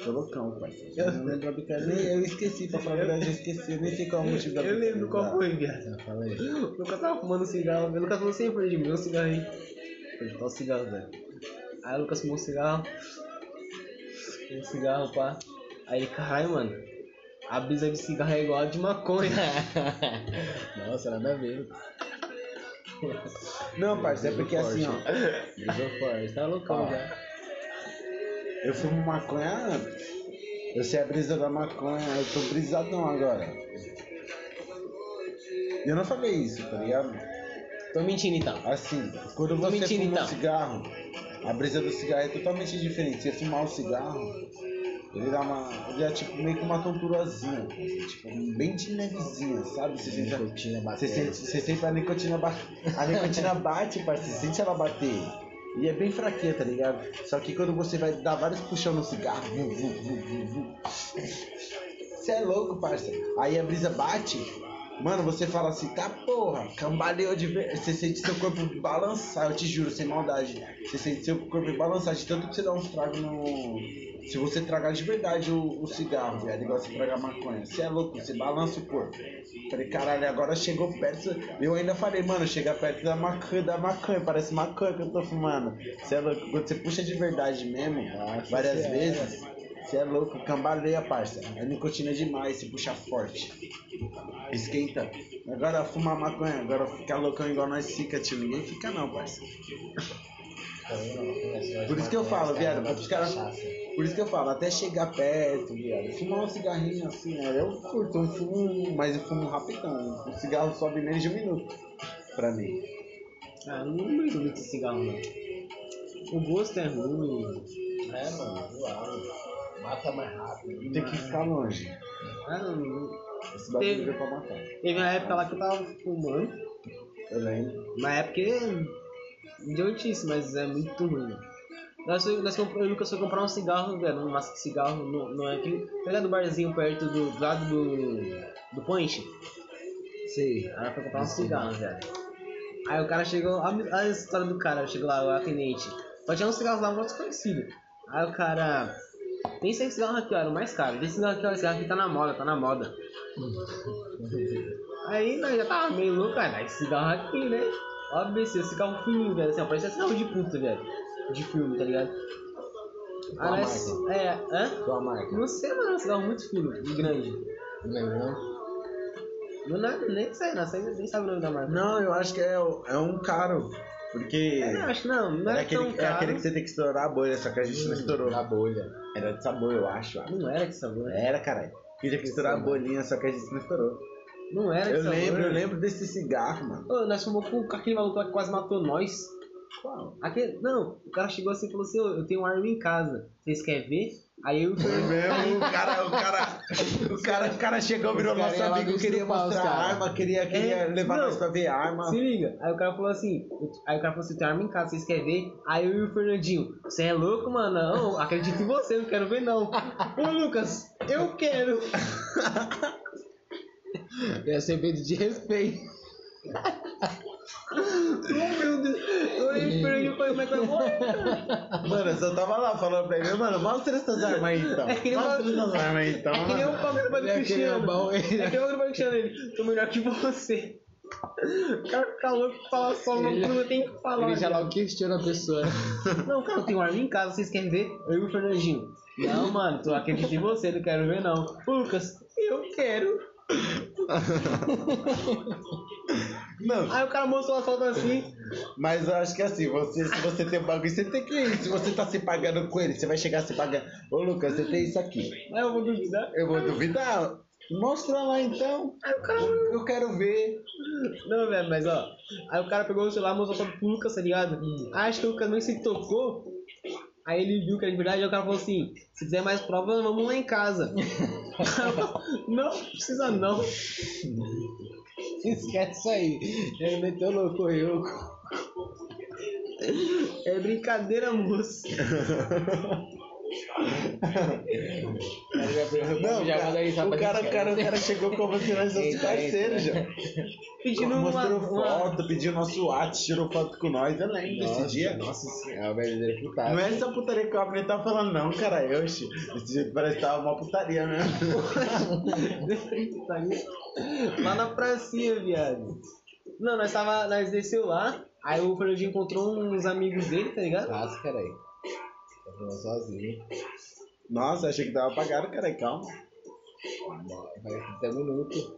Tô loucão, parceiro. Eu não lembro é a brincadeira. Nem, eu esqueci, pra falar a verdade, eu esqueci. Eu nem sei qual é o motivo da Eu brincadeira. lembro qual foi, viado. Ah, fala aí. O Lucas tava fumando um cigarro, o Lucas falou assim, perdi meu cigarro aí. Perdi tal cigarro, velho. Aí o Lucas fumou um cigarro. Um cigarro, pá. Aí, ele, caralho, mano. A brisa de cigarro é igual a de maconha. Nossa, nada a ver. Não, parceiro, é porque assim, ó. Brisou forte, tá loucão Ó. já. Eu fumo maconha antes. Eu sei a brisa da maconha, eu tô brisadão agora. Eu não falei isso, tá ligado? Tô mentindo então. Assim, quando você mentindo, fuma um então. cigarro, a brisa do cigarro é totalmente diferente. Você fumar um cigarro, ele dá uma. Ele é tipo meio que uma tonturazinha, assim, tipo, bem de levezinha, sabe? Você sente, a- Nicotina você batendo. sente, você sente a nicotina bater. A nicotina bate, parceiro, você sente ela bater. E é bem fraquinha, tá ligado? Só que quando você vai dar vários puxão no cigarro, vu, vu, vu, vu, vu, você é louco, parceiro. Aí a brisa bate, Mano, você fala assim, tá porra, cambaleou de ver. Você sente seu corpo balançar, eu te juro, sem maldade. Você sente seu corpo balançar de tanto que você dá uns tragos no. Se você tragar de verdade o, o cigarro, velho, igual você tragar maconha, você é louco, você balança o corpo. Falei, caralho, agora chegou perto. Eu ainda falei, mano, chega perto da maconha, da maconha, parece maconha que eu tô fumando. Você é louco, quando você puxa de verdade mesmo, várias vezes, você é louco, cambaleia, parça. A nicotina é demais, se puxa forte. Esquenta. Agora fuma maconha, agora fica loucão igual nós fica, tio. Ninguém fica não, parça. então, é Por isso que eu falo, viado, pra os caras. Por isso que eu falo, até chegar perto, viado. Fumar um cigarrinho assim, né? Eu curto um fumo, mas eu fumo rapidão. O cigarro sobe menos de um minuto. Pra mim. Ah, eu não brigo muito com cigarro, não. O gosto é ruim. É, mano, zoado. Mata mais rápido. Tem que ficar longe. Ah, não, não. Esse bagulho Teve. deu pra matar. Teve uma época lá que eu tava fumando. Eu lembro. Mas é porque. Idiotice, mas é muito ruim, né? Nós, fui- nós, comp- eu e o Lucas foi comprar um cigarro, velho, um maço de cigarro, no, no, aquele, tá ligado o barzinho perto do, do lado do, do Point? Sim. Aí foi comprar um cigarro, velho. Aí o cara chegou, olha a história do cara, chegou lá, o atendente. Só tinha um cigarro lá, um desconhecido. Aí o cara, tem esse cigarro aqui, ó, era o mais caro. Tem esse cigarro aqui, ó, esse cigarro aqui tá na moda, tá na moda. Aí nós já tava meio louco, cara, dá esse cigarro aqui, né? Óbvio, esse cigarro filme, velho, assim, ó, parece cigarro de puta, velho. De filme, tá ligado? Qual Aí nós- é, hã? Tua marca. Não sei, mano, é um cigarro muito fino, e grande. Não lembro, não? Não, não, nem sei, não, sei, nem sabe o nome da marca. Não, eu acho que é, é um caro. Porque. É, acho que não, não é, é, aquele, tão é caro. aquele que você tem que estourar a bolha, só que a Hum. gente não estourou. Na bolha. Era de sabor, eu acho. Não era de sabor. Era, caralho. Que tinha que estourar a bolinha, só que a gente não estourou. Não era de Eu sabor. lembro, eu lembro desse cigarro, mano. Ô, nós fomos com aquele maluco lá que quase matou nós. Qual? Aquele, não, o cara chegou assim e falou assim, "Ô, eu tenho uma arma em casa, vocês querem ver? Aí eu É Foi mesmo, o cara, o cara, o cara, o cara chegou, virou Os nosso cara ia lá amigo, queria estupar os mostrar a cara. arma, queria, queria É, levar não. nós pra ver a arma. Se liga. Aí o cara falou assim, aí o cara falou assim, tem arma em casa, vocês querem ver? Aí eu e o Fernandinho, você é louco, mano? Não, acredito em você, não quero ver não. Ô Lucas, eu quero. Ia ser pedido É, de respeito. Ô Oh, meu Deus. Eu e o Fernandinho foi, mas é foi bom. Mano, eu só tava lá falando pra ele, mano, mostra essas armas aí então. É que nem mostra uma- essas armas aí então. É que nem o mano. bagulho do Cristiano. ele É que nem o bagulho do Cristiano, ele, tô melhor que você. O cara fica louco, fala só Ele- loucura, tem que falar. ele já né? lá questiona a pessoa. Não, cara, eu tenho arma em casa, vocês querem ver? Eu e o Fernandinho. Não, mano, tu acredita em você, não quero ver não. Lucas, eu quero. Não, Aí o cara mostrou a foto assim. mas eu acho que assim, você, se você tem um bagulho, você tem que ir. Se você tá se pagando com ele, você vai chegar se pagando. Ô Lucas, você tem isso aqui. Aí eu vou duvidar. Eu vou duvidar. Mostra lá então. Aí o cara. Eu quero ver. Não, velho, mas ó. Aí o cara pegou o celular, mostrou a foto pro Lucas, tá ligado? Hum. Aí acho que o Lucas nem se tocou. Aí ele viu que era de verdade, aí o cara falou assim: se quiser mais prova, vamos lá em casa. Aí eu falei, não, precisa não. Esquece isso aí. Ele meteu louco, eu. É brincadeira, moço. Não, já manda aí, só o pra cara, o gente- cara, o cara chegou como se nós fôssemos Eita, parceiros, tá já. Pedindo uma. Mostrou uma... foto, pediu nosso WhatsApp, tirou foto com nós. Eu lembro desse dia. Nossa senhora, é o verdadeiro Não putado. é essa putaria que o Abner tá falando, não, cara. Eu, oxe, esse jeito parece que tava uma putaria mesmo. lá na pracinha, viado. Não, nós tava. Nós desceu lá, aí o Fernandinho encontrou uns amigos dele, tá ligado? Nossa, caralho. Tá falando sozinho. Nossa, achei que tava apagado, cara. Calma. Vai até um minuto.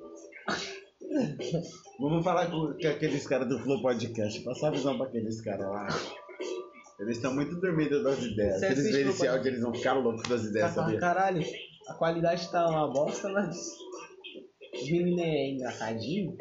Vamos falar com, com aqueles caras do Flow Podcast. Passar a visão pra aqueles caras lá. Eles estão muito dormidos das ideias. Você Se eles assiste verem no esse podcast? áudio, eles vão ficar loucos das ideias, Ah, sabia? caralho, a qualidade tá uma bosta, mas. Os meninos é engraçadinho.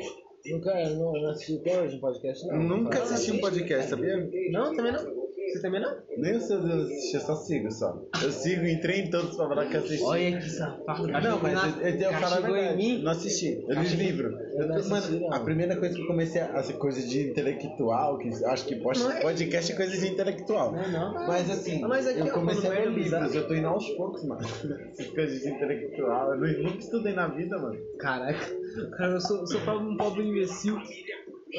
Nunca, não, não assisti até hoje um podcast, não. Nunca Fala, assisti um podcast, sabia? Não, também não. Você também não? Nem os seus eu assisti, eu só sigo só. Eu sigo, entrei em todos pra falar que assisti. Olha que safado. Ah, não, mas eu, eu tenho que falar a Castigou verdade. um em mim. Não assisti. Eu li livro. Eu não tô- assisti, mano, não. a primeira coisa que eu comecei a. Essa coisa de intelectual, que eu acho que post- Não é- podcast é coisa de intelectual. Não, é não. Mas assim, Mas aqui, eu ó, comecei quando a vai ler analisar- livros, eu tô indo aos poucos, mano. Essas coisas de intelectual. Eu nu- nunca estudei na vida, mano. Caraca. Cara, eu sou, sou pobre- um pobre imbecil. É.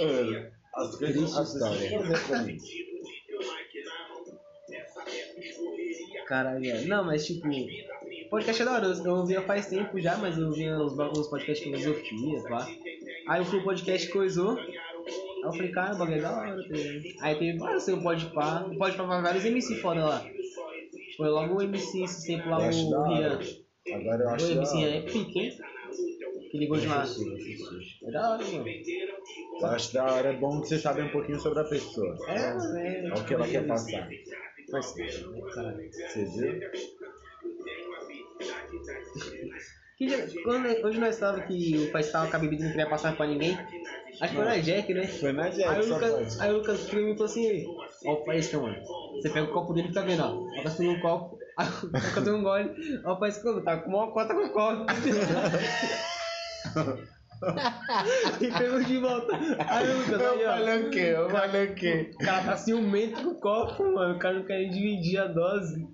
Mano, As coisas. As coisas que fazer pra mim. Caralho, é. não, mas tipo, podcast é da hora. Eu, eu ouvia faz tempo já, mas eu ouvia uns, ba- uns podcasts de filosofia, pá. Aí eu fui o podcast coisou. Aí eu falei, cara, o bagulho é da hora. Tá ligado? aí teve vários, tem o Podpah. O Podpah faz vários MC foda lá. Foi logo o MC esse tempo lá, Eu acho da o Rian. hora. é. Agora eu O acho. da MC hora. é pique, hein? Que ligou de lá. É da hora, mano. Eu acho da hora, é bom que você sabe um pouquinho sobre a pessoa. É, mano. É o que ela quer passar. Faz sentido, né, cara? Você viu? Que dia- quando, é, hoje nós estávamos que o pai estava com a bebida e não queria passar pra ninguém. Acho que foi na Jack, né? Foi na Jack, Aí o É, só Lucas, pode. aí o Lucas perguntou assim: Ó, o Paisca, mano. Você pega o copo dele e tá vendo, ó. O Lucas pegou um copo, aí o Lucas deu um gole. Ó, o Paisca, mano, tá com uma cota com o copo. e pegou de volta. Aí o Lucas, aí, ó. o quê? Eu falei o quê? O cara tá ciumento com o copo, mano. O cara não quer dividir a dose.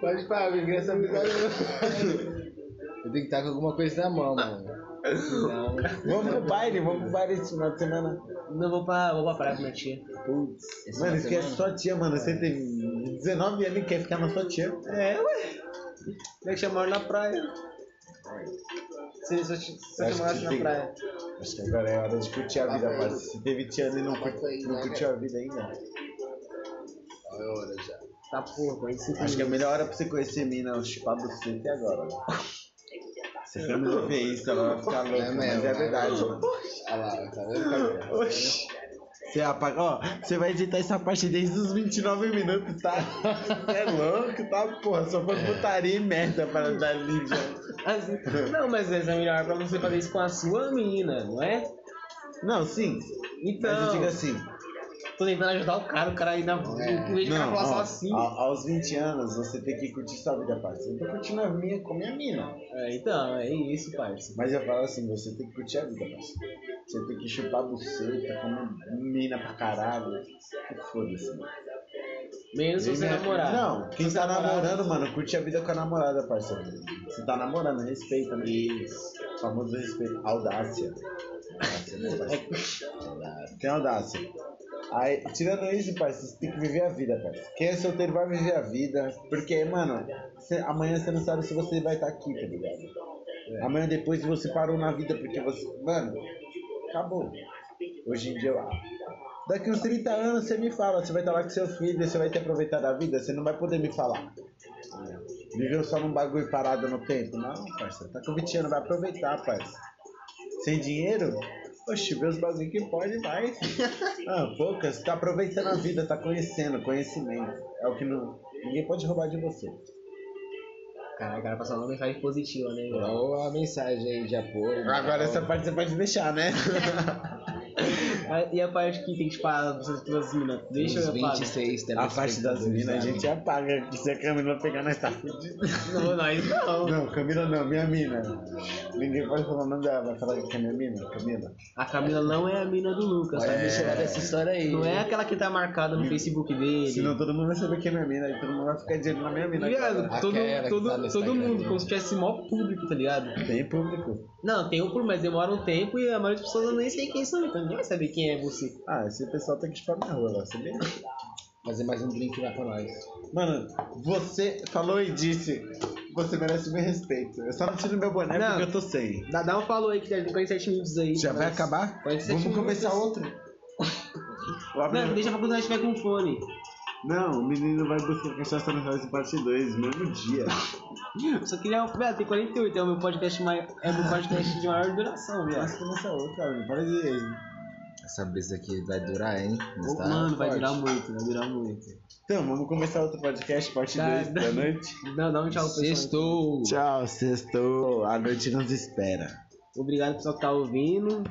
Pode parar, vem essa amizade. é Eu tenho que estar com alguma coisa na mão, mano. Vamos pro baile, vamos pro baile esse final de semana. Não, vou pra, vou pra praia com minha tia. Putz. Mano, esquece sua tia, mano. Você tem 19 anos e quer ficar na sua tia. É, ué. Como é que chamaram na praia? Se se eu te- se eu Acho chamasse que na tem. praia. Acho que agora é hora de curtir a vida, parceiro. Se teve tia ali e não, curti- não curtiu a vida ainda. Tá porra, aí sim. Acho que é a melhor hora pra você conhecer mina, o chipado do Cito é agora. Você tá quer me ouvir isso, ela vai ficar louca, É mas mesmo, é né? verdade. mano. Olha lá, tá vendo? Oxi. Você apaga, é ó, você vai editar essa parte desde os 29 minutos, tá? Você é louco, tá? Porra, só foi putaria e merda para dar Lídia. Assim, não, mas essa é melhor pra você fazer isso com a sua menina, não é? Não, sim. Mas eu Então, digo assim. tô tentando ajudar o cara, o cara ainda. Em vez de ficar Não, falar só ó, assim. a- aos 20 anos você tem que curtir sua vida, parceiro. Eu tô curtindo a minha com a minha mina. É, então, é isso, parça. Mas eu falo assim, você tem que curtir a vida, parceiro. Você tem que chupar buceta, comer mina pra caralho. Foda-se. mano. Menos se você namorar. é- Não, quem tá namorando, mano, curte a vida com a namorada, parceiro. Você tá namorando, respeita, né? O Famoso respeito. Audácia. Audácia, né, parceiro? Audácia. Tem audácia. Aí, tirando isso, parceiro, você tem que viver a vida, parceiro. Quem é solteiro vai viver a vida. Porque, mano, cê- amanhã você não sabe se você vai estar aqui, tá ligado? Amanhã depois você parou na vida porque você. Mano, acabou. Hoje em dia, eu acho. Daqui uns 30 anos você me fala, você vai estar lá com seu filho, você vai ter aproveitado a vida, você não vai poder me falar. Viveu só num bagulho parado no tempo? Não, parça, tá com 20 anos, vai aproveitar, parça. Sem dinheiro? Oxe, vê os bagulho que pode, vai. Ah, poucas, tá aproveitando a vida, tá conhecendo, conhecimento. É o que não. Ninguém pode roubar de você. Caralho, o cara passou uma mensagem positiva, né? velho? Então a mensagem aí de apoio. Agora essa parte você pode deixar, né? Ah, E a parte que tem que falar das duas minas? Deixa Os eu falar. 26 A parte das né? minas a gente é- apaga, que se a Camila pegar nós tá fudido. Não, nós não. Não, Camila não, minha mina. Ninguém pode falar o nome dela, vai falar que é minha mina, Camila. A Camila não é a mina do Lucas, Vai tá? me tirar dessa história aí. Não é aquela que tá marcada no Facebook dele. tá Senão todo mundo vai saber que é minha mina, e todo mundo vai ficar de olho na minha mina. agora. Ligado? Todo, Aquela que tá todo, no todo Instagram. mundo, como se tivesse maior público, tá ligado? Tem público. Não, tem um por, mas demora um tempo e a maioria das pessoas eu nem sei quem são, então ninguém vai saber quem é você. Ah, esse pessoal tem que chupar minha rola, sabia? Fazer mais um drink lá pra nós. Mano, você falou e disse, você merece meu respeito. Eu só não tiro meu boné Não. porque eu tô sem. Dá, dá um falou aí que tem 47 minutos aí. Já vai mas- acabar? 47 Vamos minutos. começar outro. O Abner- Não, deixa pra quando a gente vai com fone. Não, o menino vai buscar cachaça no House Parte 2, mesmo dia. Eu Só queria. Velho, tem 48, é o meu podcast, mai... é o meu podcast de maior duração, Mas velho. começa outro, Abner. Para de Essa brisa aqui vai durar, hein? Mas tá Mano, vai forte. durar muito, vai durar muito. Então, vamos começar outro podcast, parte Tá, 2 da tá. noite. Não, dá um tchau pro pessoal. Sextou. Tchau, sextou. A noite nos espera. Obrigado pessoal que tá ouvindo.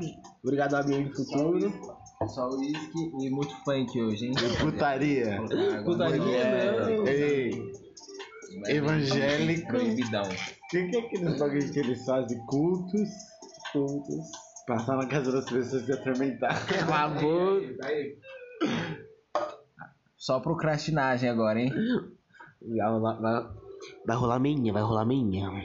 Obrigado, amigo do futuro. É Só uísque e muito funk hoje, hein? Putaria. Putaria, É, Ei, evangélico. Proibidão. O que, que é aqueles bagulhos que eles fazem? Cultos. Cultos. Passar na casa das pessoas e atormentar. Acabou. Só procrastinagem agora, hein? Vai rolar, vai, vai rolar meinha, vai rolar meinha.